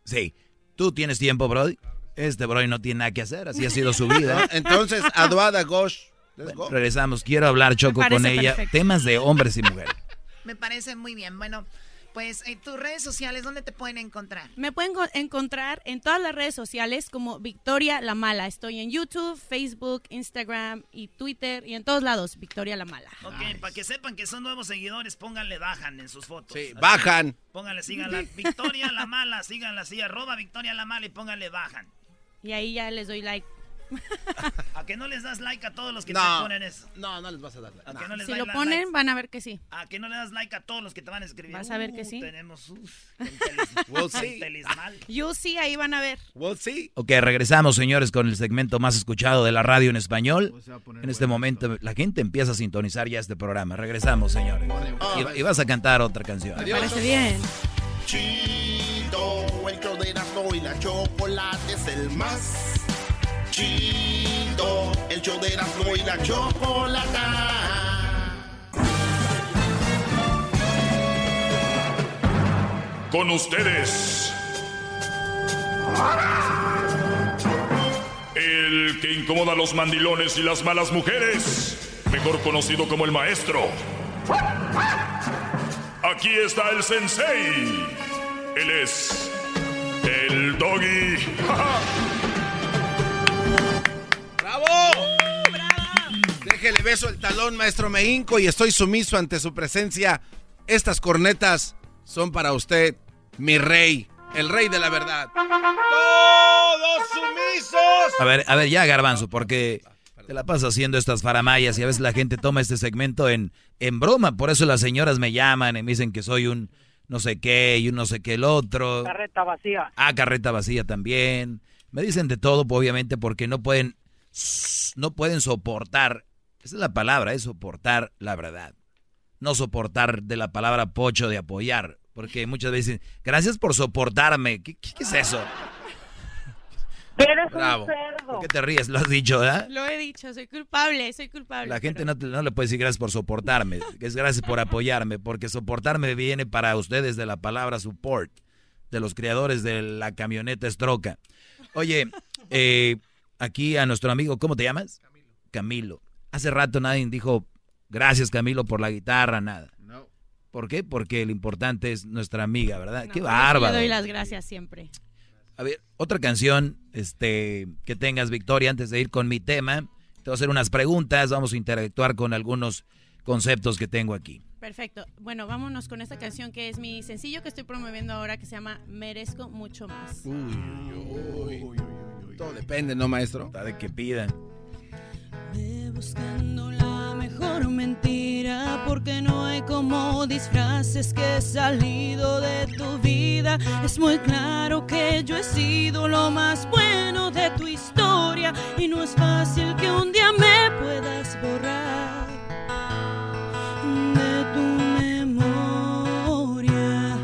Speaker 8: Sí. ¿Tú tienes tiempo, Brody? Este Brody no tiene nada que hacer, así ha sido su vida.
Speaker 9: (laughs) Entonces, Aduada Gosh. Let's go.
Speaker 8: Regresamos, quiero hablar Choco
Speaker 7: parece
Speaker 8: con ella.
Speaker 7: perfecto.
Speaker 8: Temas de hombres y mujeres.
Speaker 7: Me parece muy bien. Bueno, pues en tus redes sociales, ¿dónde te pueden encontrar?
Speaker 6: Me pueden go- encontrar en todas las redes sociales como Victoria La Mala. Estoy en YouTube, Facebook, Instagram y Twitter y en todos lados, Victoria La Mala.
Speaker 4: Ok, para que sepan que son nuevos seguidores, pónganle bajan en sus fotos. Sí,
Speaker 9: bajan.
Speaker 4: Pónganle, síganla. Victoria la mala, síganla así, arroba Victoria la mala y pónganle bajan.
Speaker 6: Y ahí ya les doy like.
Speaker 4: ¿A que no les das like a todos los que
Speaker 9: No.
Speaker 4: te ponen eso?
Speaker 9: No, no les vas a dar like.
Speaker 4: ¿A que no les
Speaker 6: Si
Speaker 4: das
Speaker 6: lo
Speaker 4: la-
Speaker 6: ponen, van a ver que sí.
Speaker 4: ¿A que no le das like a todos los que te van a escribir?
Speaker 6: Vas a ver
Speaker 4: Uh,
Speaker 6: que sí.
Speaker 4: Tenemos un
Speaker 9: We'll see.
Speaker 6: Yo sí, ahí van a ver.
Speaker 9: We'll see.
Speaker 8: Ok, regresamos, señores, con el segmento más escuchado de la radio en español. En este momento, la gente empieza a sintonizar ya este programa. Regresamos, señores. Y, y vas a cantar otra canción.
Speaker 15: Me parece
Speaker 6: bien.
Speaker 15: Chido, el show de Erasmo y la chocolate es el más chido. El show de Erasmo y la chocolata.
Speaker 2: Con ustedes. El que incomoda a los mandilones y las malas mujeres. Mejor conocido como el maestro. Aquí está el sensei. Él es el doggy. (laughs)
Speaker 9: ¡Bravo! Déjele beso el talón, maestro. Me hinco y estoy sumiso ante su presencia. Estas cornetas son para usted, mi rey, el rey de la verdad. ¡Todos sumisos!
Speaker 8: A ver, a ver, ya, Garbanzo, porque te la pasas haciendo estas faramayas y a veces la gente toma este segmento en, en broma. Por eso las señoras me llaman y me dicen que soy un no sé qué y un no sé qué el otro.
Speaker 19: Carreta vacía.
Speaker 8: Ah, carreta vacía también. Me dicen de todo, obviamente, porque no pueden, no pueden soportar. Esa es la palabra, es soportar la verdad. No soportar de la palabra pocho de apoyar. Porque muchas veces, dicen, gracias por soportarme. ¿Qué, qué- qué es eso?
Speaker 19: Eres
Speaker 8: Bravo.
Speaker 19: un cerdo.
Speaker 8: ¿Por qué te ríes? Lo has dicho, ¿verdad?
Speaker 6: Lo he dicho, soy culpable, soy culpable.
Speaker 8: La gente no, te- no le puede decir gracias por soportarme. Es gracias por apoyarme. Porque soportarme viene para ustedes de la palabra support. De los creadores de la camioneta Estroca. Oye, eh, aquí a nuestro amigo, ¿cómo te llamas? Camilo. Hace rato nadie dijo gracias Camilo por la guitarra, nada.
Speaker 9: No.
Speaker 8: ¿Por qué? Porque lo importante es nuestra amiga, ¿verdad?
Speaker 6: No,
Speaker 8: Qué
Speaker 6: yo
Speaker 8: bárbaro.
Speaker 6: Le doy las gracias siempre.
Speaker 8: A ver, otra canción este, que tengas, Victoria, antes de ir con mi tema. Te voy a hacer unas preguntas, vamos a interactuar con algunos conceptos que tengo aquí.
Speaker 6: Perfecto. Bueno, vámonos con esta canción que es mi sencillo que estoy promoviendo ahora que se llama Merezco mucho más.
Speaker 8: Uh.
Speaker 9: Todo depende, ¿no, maestro?
Speaker 8: Está de que pida.
Speaker 3: buscando la mejor mentira porque no hay como disfraces que he salido de tu vida. Es muy claro que yo he sido lo más bueno de tu historia y no es fácil que un día me puedas borrar de tu memoria.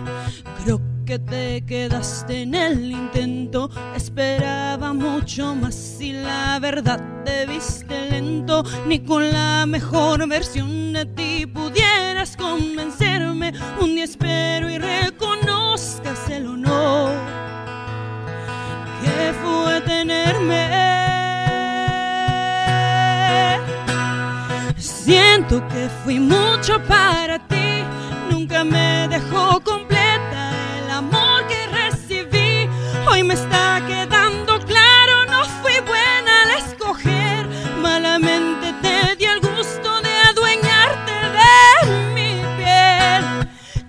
Speaker 3: Creo que te te quedaste en el intento. Esperaba mucho más y la verdad te viste lento. Ni con la mejor versión de ti pudieras convencerme. Un día espero y reconozcas el honor que fue tenerme. Siento que fui mucho para ti, nunca me dejó completa el amor que recibí. Hoy me está quedando claro, no fui buena al escoger, malamente te di el gusto de adueñarte de mi piel.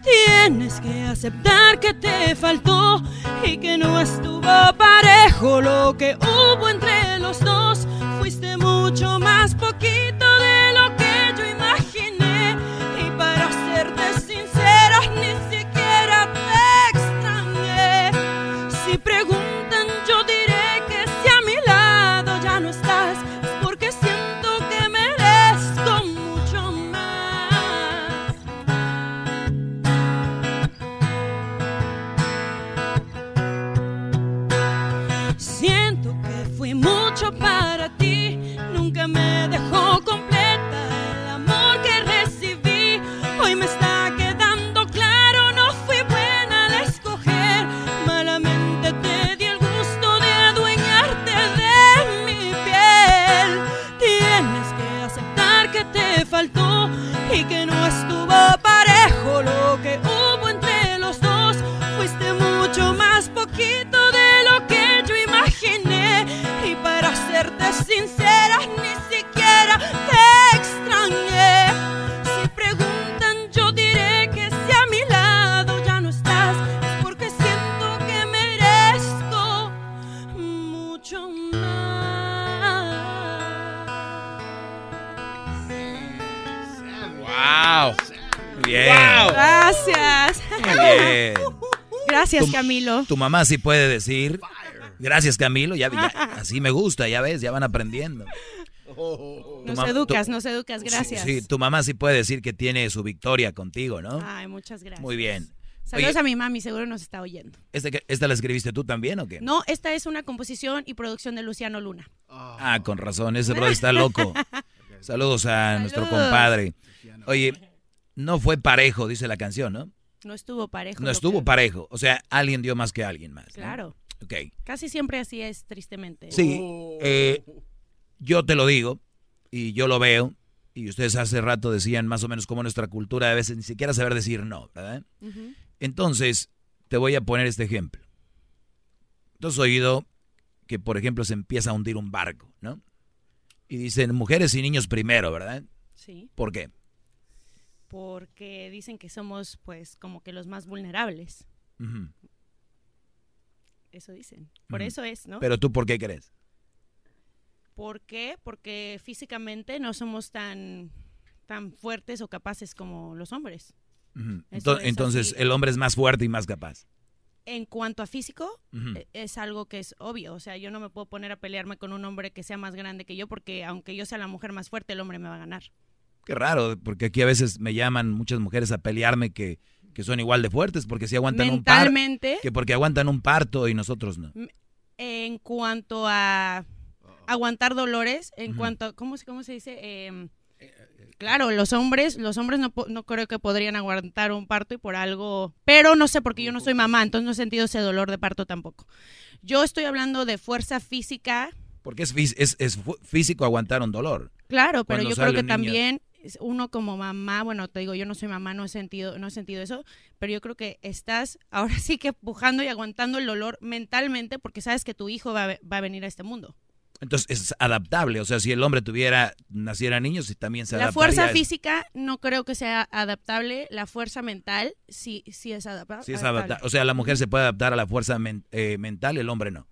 Speaker 3: Tienes que aceptar que te faltó y que no estuvo parejo lo que hubo entre los dos. Fuiste mucho más poquito de lo que yo imaginé y para serte sincera ni siquiera te extrañé. Si preguntan yo diré que si a mi lado ya no estás es porque siento que merezco mucho más. Siento que fui mucho para ti, nunca me dejó completa el amor que recibí. Hoy me está quedando claro, no fui buena al escoger, malamente te di el gusto de adueñarte de mi piel. Tienes que aceptar que te faltó y que no estuvo parejo lo que hubo entre los dos. Fuiste mucho más poquito de lo que yo imaginé. Y para serte sincera, ni siquiera te extrañé. Si preguntan, yo diré que si a mi lado ya no estás, es porque siento que merezco mucho más.
Speaker 9: ¡Wow!
Speaker 8: Bien.
Speaker 6: Gracias.
Speaker 8: Muy bien.
Speaker 6: (laughs) Gracias,
Speaker 8: Tu-
Speaker 6: Camilo.
Speaker 8: Tu mamá sí puede decir. Gracias, Camilo. Ya, ya- así me gusta, ya ves, ya van aprendiendo. Tu
Speaker 6: Nos
Speaker 8: mam-
Speaker 6: educas,
Speaker 8: tu-
Speaker 6: nos educas.
Speaker 8: Sí,
Speaker 6: Gracias.
Speaker 8: Sí, tu mamá sí puede decir que tiene su victoria contigo, ¿no?
Speaker 6: Ay, muchas gracias.
Speaker 8: Muy bien.
Speaker 6: Ah, Saludos
Speaker 8: Oye,
Speaker 6: a mi mami, seguro nos está oyendo.
Speaker 8: ¿este que- ¿Esta la escribiste tú también o qué?
Speaker 6: No, esta es una composición y producción de Luciano Luna.
Speaker 8: Ah, con razón, ese Brody
Speaker 6: (laughs)
Speaker 8: está loco. Saludos a nuestro
Speaker 6: Saludos.
Speaker 8: compadre. Oye, no fue parejo, dice la canción, ¿no?
Speaker 6: No estuvo parejo.
Speaker 8: No
Speaker 6: lo
Speaker 8: estuvo
Speaker 6: que-
Speaker 8: parejo. O sea, alguien dio más que alguien más. ¿no?
Speaker 6: Claro.
Speaker 8: Ok.
Speaker 6: Casi siempre así es, tristemente.
Speaker 8: Sí,
Speaker 6: Oh.
Speaker 8: eh, yo te lo digo y yo lo veo. Y ustedes hace rato decían más o menos como nuestra cultura a veces ni siquiera saber decir no, ¿verdad?
Speaker 6: Ujú.
Speaker 8: Entonces, te voy a poner este ejemplo. Tú has oído que, por ejemplo, se empieza a hundir un barco, ¿no? Y dicen mujeres y niños primero, ¿verdad?
Speaker 6: Sí,
Speaker 8: ¿Por qué?
Speaker 6: porque dicen que somos, pues, como que los más vulnerables.
Speaker 8: Ujú.
Speaker 6: Eso dicen. Por
Speaker 8: Ujú.
Speaker 6: eso es, ¿no?
Speaker 8: Pero tú, ¿por qué crees?
Speaker 6: ¿Por qué? Porque físicamente no somos tan, tan fuertes o capaces como los hombres.
Speaker 8: Ujú.
Speaker 6: Eso
Speaker 8: Ento-
Speaker 6: es
Speaker 8: Entonces,
Speaker 6: así.
Speaker 8: el hombre es más fuerte y más capaz.
Speaker 6: En cuanto a físico,
Speaker 8: Ujú.
Speaker 6: e- es algo que es obvio. O sea, yo no me puedo poner a pelearme con un hombre que sea más grande que yo, porque aunque yo sea la mujer más fuerte, el hombre me va a ganar.
Speaker 8: Qué raro, porque aquí a veces me llaman muchas mujeres a pelearme que, que son igual de fuertes porque si aguantan un parto.
Speaker 6: Mentalmente.
Speaker 8: Que porque aguantan un parto y nosotros no.
Speaker 6: M- En cuanto a aguantar dolores, en
Speaker 8: Ujú. Eh,
Speaker 6: cuanto a, ¿cómo, se- cómo se dice? Em, claro, los hombres, los hombres no, po- no creo que podrían aguantar un parto y por algo, pero no sé, porque yo no soy mamá, entonces no he sentido ese dolor de parto tampoco. Yo estoy hablando de fuerza física,
Speaker 8: Porque es, fis- es- es fu- físico aguantar un dolor.
Speaker 6: Claro, pero
Speaker 8: Cuando
Speaker 6: yo creo
Speaker 8: sale
Speaker 6: que
Speaker 8: un niño.
Speaker 6: también es- uno como mamá, bueno, te digo, yo no soy mamá, no he sentido, no he sentido eso, pero yo creo que estás ahora sí que pujando y aguantando el dolor mentalmente porque sabes que tu hijo va a, ve- va a venir a este mundo.
Speaker 8: Entonces es adaptable. O sea, si el hombre tuviera, naciera niños, también se
Speaker 6: La
Speaker 8: adaptaría a
Speaker 6: fuerza
Speaker 8: eso.
Speaker 6: física no creo que sea adaptable, la fuerza mental sí, sí es adapta- adaptable.
Speaker 8: Sí, es adapta- O sea, la mujer se puede adaptar a la fuerza men- eh, mental, el hombre no.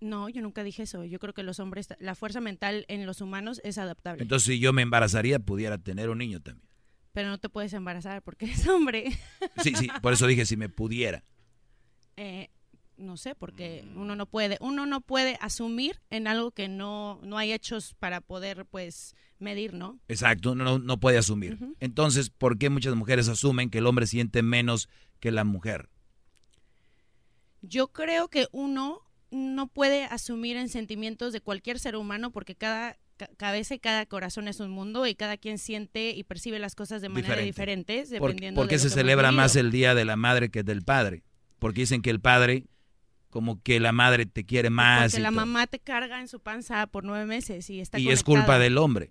Speaker 6: No, yo nunca dije eso. Yo creo que los hombres, la fuerza mental en los humanos es adaptable.
Speaker 8: Entonces, si yo me embarazaría, pudiera tener un niño también.
Speaker 6: pero no te puedes embarazar porque es hombre. (laughs)
Speaker 8: Sí, sí, por eso dije si me pudiera.
Speaker 6: Eh, no sé, porque uno no puede, uno no puede asumir en algo que no, no hay hechos para poder, pues, medir, ¿no?
Speaker 8: Exacto, no, no puede asumir.
Speaker 6: Ujú.
Speaker 8: Entonces, ¿por qué muchas mujeres asumen que el hombre siente menos que la mujer?
Speaker 6: yo creo que uno no puede asumir en sentimientos de cualquier ser humano porque cada ca- cabeza y cada corazón es un mundo y cada quien siente y percibe las cosas de manera
Speaker 8: Diferente.
Speaker 6: diferente,
Speaker 8: ¿Por,
Speaker 6: dependiendo
Speaker 8: por qué
Speaker 6: de
Speaker 8: se
Speaker 6: lo que hemos
Speaker 8: celebra
Speaker 6: vivido.
Speaker 8: más el Día de la Madre que del Padre? Porque dicen que el padre, como que la madre te quiere más
Speaker 6: porque
Speaker 8: y,
Speaker 6: la
Speaker 8: todo.
Speaker 6: mamá te carga en su panza por nueve meses y está
Speaker 8: Y es
Speaker 6: conectada.
Speaker 8: culpa del hombre.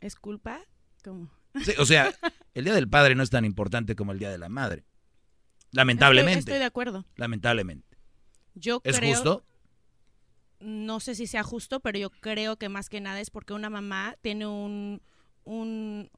Speaker 6: es culpa ¿Cómo? (laughs)
Speaker 8: Sí, o sea, el Día del Padre no es tan importante como el Día de la Madre. Lamentablemente.
Speaker 6: Estoy- estoy de acuerdo.
Speaker 8: Lamentablemente.
Speaker 6: Yo
Speaker 8: ¿Es
Speaker 6: creo-
Speaker 8: justo?
Speaker 6: no sé si sea justo, pero yo creo que más que nada es porque una mamá tiene un, un-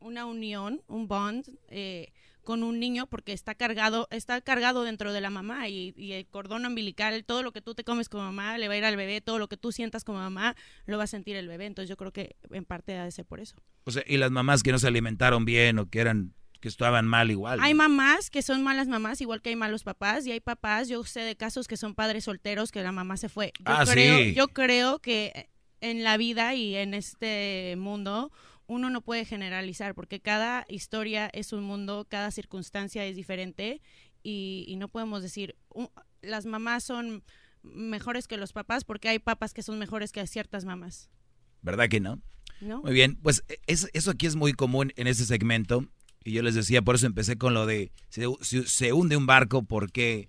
Speaker 6: una unión, un bond eh, con un niño porque está cargado, está cargado dentro de la mamá y, y el cordón umbilical, todo lo que tú te comes como mamá le va a ir al bebé, todo lo que tú sientas como mamá lo va a sentir el bebé. Entonces yo creo que en parte ha de ser por eso.
Speaker 8: O sea, y las mamás que no se alimentaron bien o que eran que estaban mal igual.
Speaker 6: Hay mamás que son malas mamás, igual que hay malos papás, y hay papás, yo sé de casos que son padres solteros que la mamá se fue. Yo,
Speaker 8: Ah,
Speaker 6: creo,
Speaker 8: sí.
Speaker 6: yo creo que en la vida y en este mundo uno no puede generalizar porque cada historia es un mundo, cada circunstancia es diferente y, y no podemos decir "U- las mamás son mejores que los papás porque hay papás que son mejores que ciertas mamás.
Speaker 8: ¿Verdad que no?
Speaker 6: No.
Speaker 8: Muy bien, pues es- eso aquí es muy común en este segmento. Y yo les decía, por eso empecé con lo de se, se- se hunde un barco porque...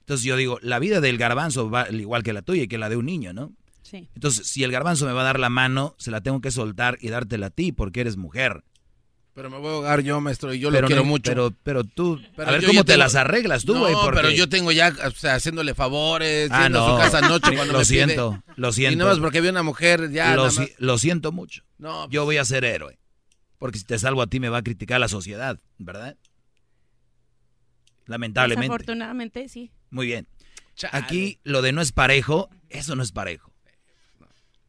Speaker 8: Entonces yo digo, la vida del garbanzo va al igual que la tuya y que la de un niño, ¿no?
Speaker 6: Sí.
Speaker 8: Entonces, si el garbanzo me va a dar la mano, se la tengo que soltar y dártela a ti porque eres mujer.
Speaker 9: Pero me voy a ahogar yo, maestro, y yo
Speaker 8: Pero
Speaker 9: lo quiero
Speaker 8: no-
Speaker 9: mucho.
Speaker 8: Pero, pero tú,
Speaker 9: Pero
Speaker 8: a ver
Speaker 9: yo
Speaker 8: cómo
Speaker 9: ya
Speaker 8: te
Speaker 9: tengo-
Speaker 8: las arreglas tú, güey.
Speaker 9: No,
Speaker 8: porque-
Speaker 9: pero yo tengo ya, o sea, haciéndole favores,
Speaker 8: Ah,
Speaker 9: yendo a
Speaker 8: no.
Speaker 9: su casa anoche
Speaker 8: (laughs) Sí,
Speaker 9: cuando
Speaker 8: lo
Speaker 9: me pide.
Speaker 8: siento, lo
Speaker 9: Y
Speaker 8: siento.
Speaker 9: nada más porque vi una mujer ya.
Speaker 8: lo,
Speaker 9: nada
Speaker 8: si-
Speaker 9: más.
Speaker 8: lo siento mucho.
Speaker 9: No, pues
Speaker 8: Yo voy a ser héroe. Porque si te salvo a ti me va a criticar la sociedad, ¿verdad? Lamentablemente.
Speaker 6: Desafortunadamente, sí.
Speaker 8: Muy bien.
Speaker 6: Chale.
Speaker 8: Aquí lo de no es parejo, eso no es parejo.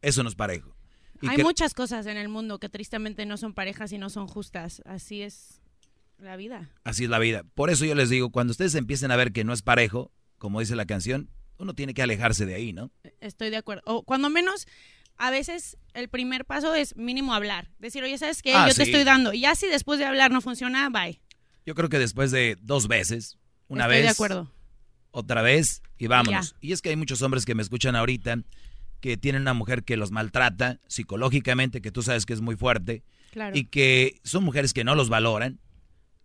Speaker 8: Eso no es parejo. Y
Speaker 6: Hay
Speaker 8: que-
Speaker 6: muchas cosas en el mundo que tristemente no son parejas y no son justas. Así es la vida.
Speaker 8: Así es la vida. Por eso yo les digo, cuando ustedes empiecen a ver que no es parejo, como dice la canción, uno tiene que alejarse de ahí, ¿no?
Speaker 6: Estoy de acuerdo. O cuando menos, a veces el primer paso es mínimo hablar. Decir, oye, ¿sabes qué?
Speaker 8: Ah,
Speaker 6: Yo te
Speaker 8: sí.
Speaker 6: estoy dando. Y ya si después de hablar no funciona, bye.
Speaker 8: Yo creo que después de dos veces, una
Speaker 6: Estoy
Speaker 8: vez,
Speaker 6: de acuerdo.
Speaker 8: otra vez y vámonos. Y es que hay muchos hombres que me escuchan ahorita que tienen una mujer que los maltrata psicológicamente, que tú sabes que es muy fuerte,
Speaker 19: Claro.
Speaker 8: y que son mujeres que no los valoran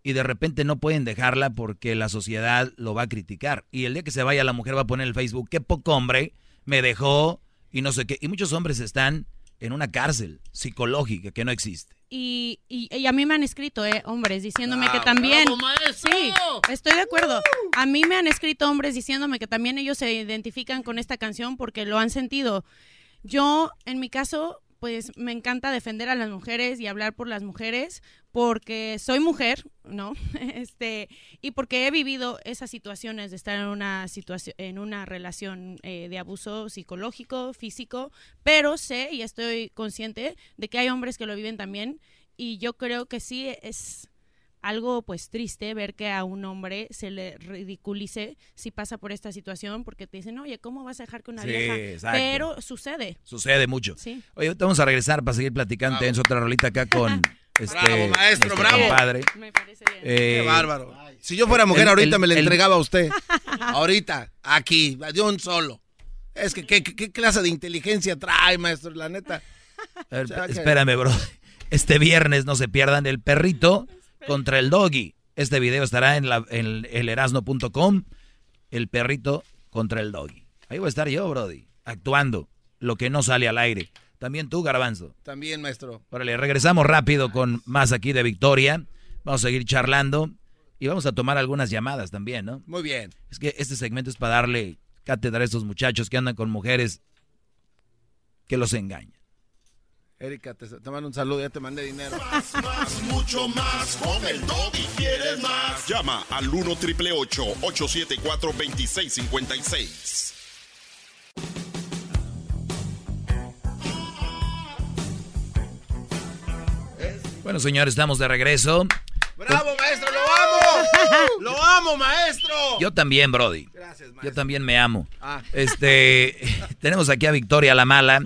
Speaker 8: y de repente no pueden dejarla porque la sociedad lo va a criticar. Y el día que se vaya la mujer va a poner en el Facebook, qué poco hombre me dejó y no sé qué. Y muchos hombres están en una cárcel psicológica que no existe.
Speaker 6: Y, y- y a mí me han escrito, eh, hombres, diciéndome que
Speaker 8: Ah, Bravo,
Speaker 6: también... sí, estoy de acuerdo. A mí me han escrito hombres diciéndome que también ellos se identifican con esta canción porque lo han sentido. Yo, en mi caso, pues me encanta defender a las mujeres y hablar por las mujeres porque soy mujer, ¿no? (laughs) Este, y porque he vivido esas situaciones de estar en una situación en una relación eh, de abuso psicológico, físico, pero sé y estoy consciente de que hay hombres que lo viven también y yo creo que sí es algo pues triste ver que a un hombre se le ridiculice si pasa por esta situación porque te dicen, "Oye, ¿cómo vas a dejar que una
Speaker 8: Sí,
Speaker 6: vieja?"
Speaker 8: exacto.
Speaker 6: Pero sucede.
Speaker 8: Sucede mucho.
Speaker 6: Sí.
Speaker 8: Oye, ahorita vamos a regresar para seguir platicando. Tenemos otra rolita acá con este
Speaker 9: (laughs) Bravo, maestro,
Speaker 8: nuestro
Speaker 9: bravo.
Speaker 8: compadre.
Speaker 6: Me parece bien.
Speaker 8: Eh,
Speaker 9: Qué bárbaro. Si yo fuera mujer,
Speaker 8: el-
Speaker 9: ahorita
Speaker 8: el-
Speaker 9: me la
Speaker 8: el-
Speaker 9: entregaba a
Speaker 8: (laughs)
Speaker 9: usted. ahorita, aquí, de un solo. Es que, ¿qué, qué- qué clase de inteligencia trae, maestro? La neta.
Speaker 8: A ver,
Speaker 9: O sea, que-
Speaker 8: espérame, bro. Este viernes no se pierdan el (laughs) perrito contra el doggy. Este video estará en, la, en elerasno.com. El perrito contra el doggy. Ahí voy a estar yo, Brody, actuando lo que no sale al aire. También tú, Garbanzo.
Speaker 9: También, maestro.
Speaker 8: Órale, regresamos rápido con más aquí de Victoria. Vamos a seguir charlando y vamos a tomar algunas llamadas también, ¿no?
Speaker 9: Muy bien.
Speaker 8: Es que este segmento es para darle cátedra a estos muchachos que andan con mujeres que los engañan.
Speaker 9: Erika, te, te mando un saludo, ya te mandé dinero.
Speaker 15: Más, mucho más, con el doggy quieres más.
Speaker 2: Llama al 1 triple 874 2656.
Speaker 8: Bueno, señores, estamos de regreso.
Speaker 9: ¡Bravo, maestro! ¡Lo amo! ¡Lo amo, maestro! Ah.
Speaker 8: Yo también, Brody. Yo también me amo. Este, (laughs) tenemos aquí a Victoria la mala,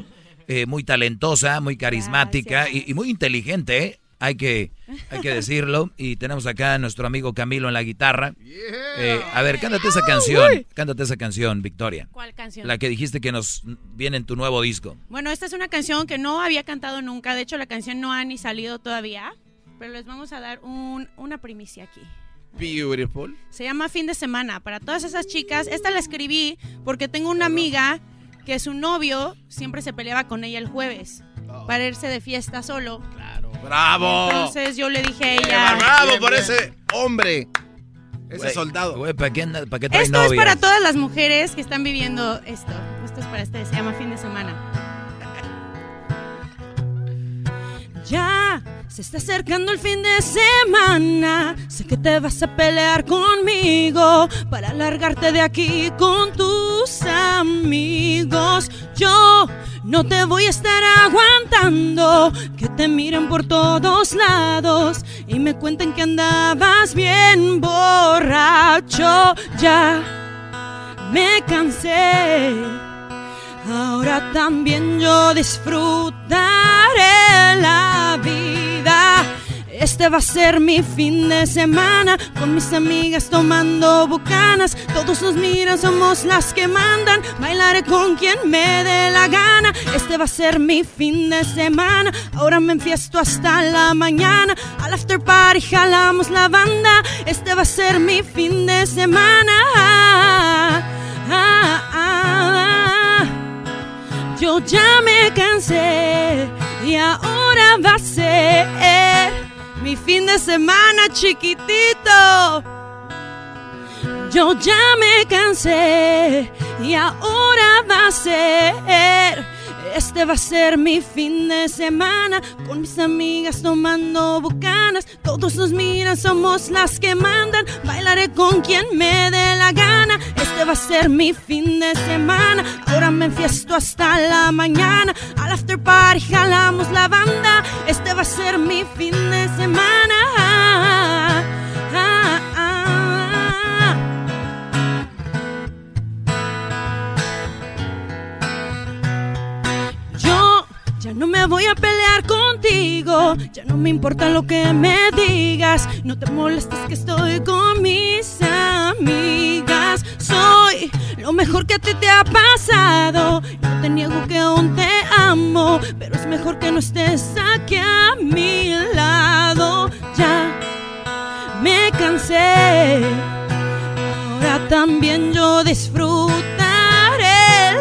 Speaker 8: eh, muy talentosa, muy carismática y, y muy inteligente. ¿eh? hay que, hay que decirlo. Y tenemos acá a nuestro amigo Camilo en la guitarra. Eh, a ver, cántate esa canción, cántate esa canción, Victoria.
Speaker 6: ¿Cuál canción?
Speaker 8: La que dijiste que nos viene en tu nuevo disco.
Speaker 6: Bueno, esta es una canción que no había cantado nunca. De hecho, la canción no ha ni salido todavía. Pero les vamos a dar un- una primicia aquí.
Speaker 9: Beautiful.
Speaker 6: Se llama Fin de Semana. Para todas esas chicas, esta la escribí porque tengo una amiga que su novio siempre se peleaba con ella el jueves para irse de fiesta solo.
Speaker 8: Oh.
Speaker 9: ¡Bravo!
Speaker 6: Entonces yo le dije a
Speaker 9: Eva,
Speaker 6: ella.
Speaker 9: ¡Bravo por ese hombre! Ese
Speaker 8: Güey,
Speaker 9: soldado.
Speaker 8: Güey, ¿para qué, anda- para qué traes
Speaker 6: Esto es
Speaker 8: novia?
Speaker 6: para todas las mujeres que están viviendo esto. Esto es para ustedes, se llama Fin de Semana.
Speaker 3: Ya se está acercando el fin de semana. Sé que te vas a pelear conmigo para largarte de aquí con tus amigos. Yo no te voy a estar aguantando que te miren por todos lados y me cuenten que andabas bien borracho. Ya me cansé. Ahora también yo disfrutaré la vida. Este va a ser mi fin de semana con mis amigas tomando bucanas. Todos nos miran, somos las que mandan. Bailaré con quien me dé la gana. Este va a ser mi fin de semana. Ahora me enfiesto hasta la mañana. Al after party jalamos la banda. Este va a ser mi fin de semana. Ah, ah, ah, ah. Yo ya me cansé y ahora va a ser mi fin de semana chiquitito. Yo ya me cansé y ahora va a ser. Este va a ser mi fin de semana con mis amigas tomando bucanas. Todos nos miran, somos las que mandan. Bailaré con quien me dé la gana. Este va a ser mi fin de semana. Ahora me enfiesto hasta la mañana. Al after party jalamos la banda. Este va a ser mi fin de semana. Ah, ah, ah. Yo ya no me voy a pelear contigo, ya no me importa lo que me digas, no te molestes que estoy con mis amigas. Soy lo mejor que a ti te ha pasado, no te niego que aún te amo, pero es mejor que no estés aquí a mi lado. Ya me cansé. Ahora también yo disfrutaré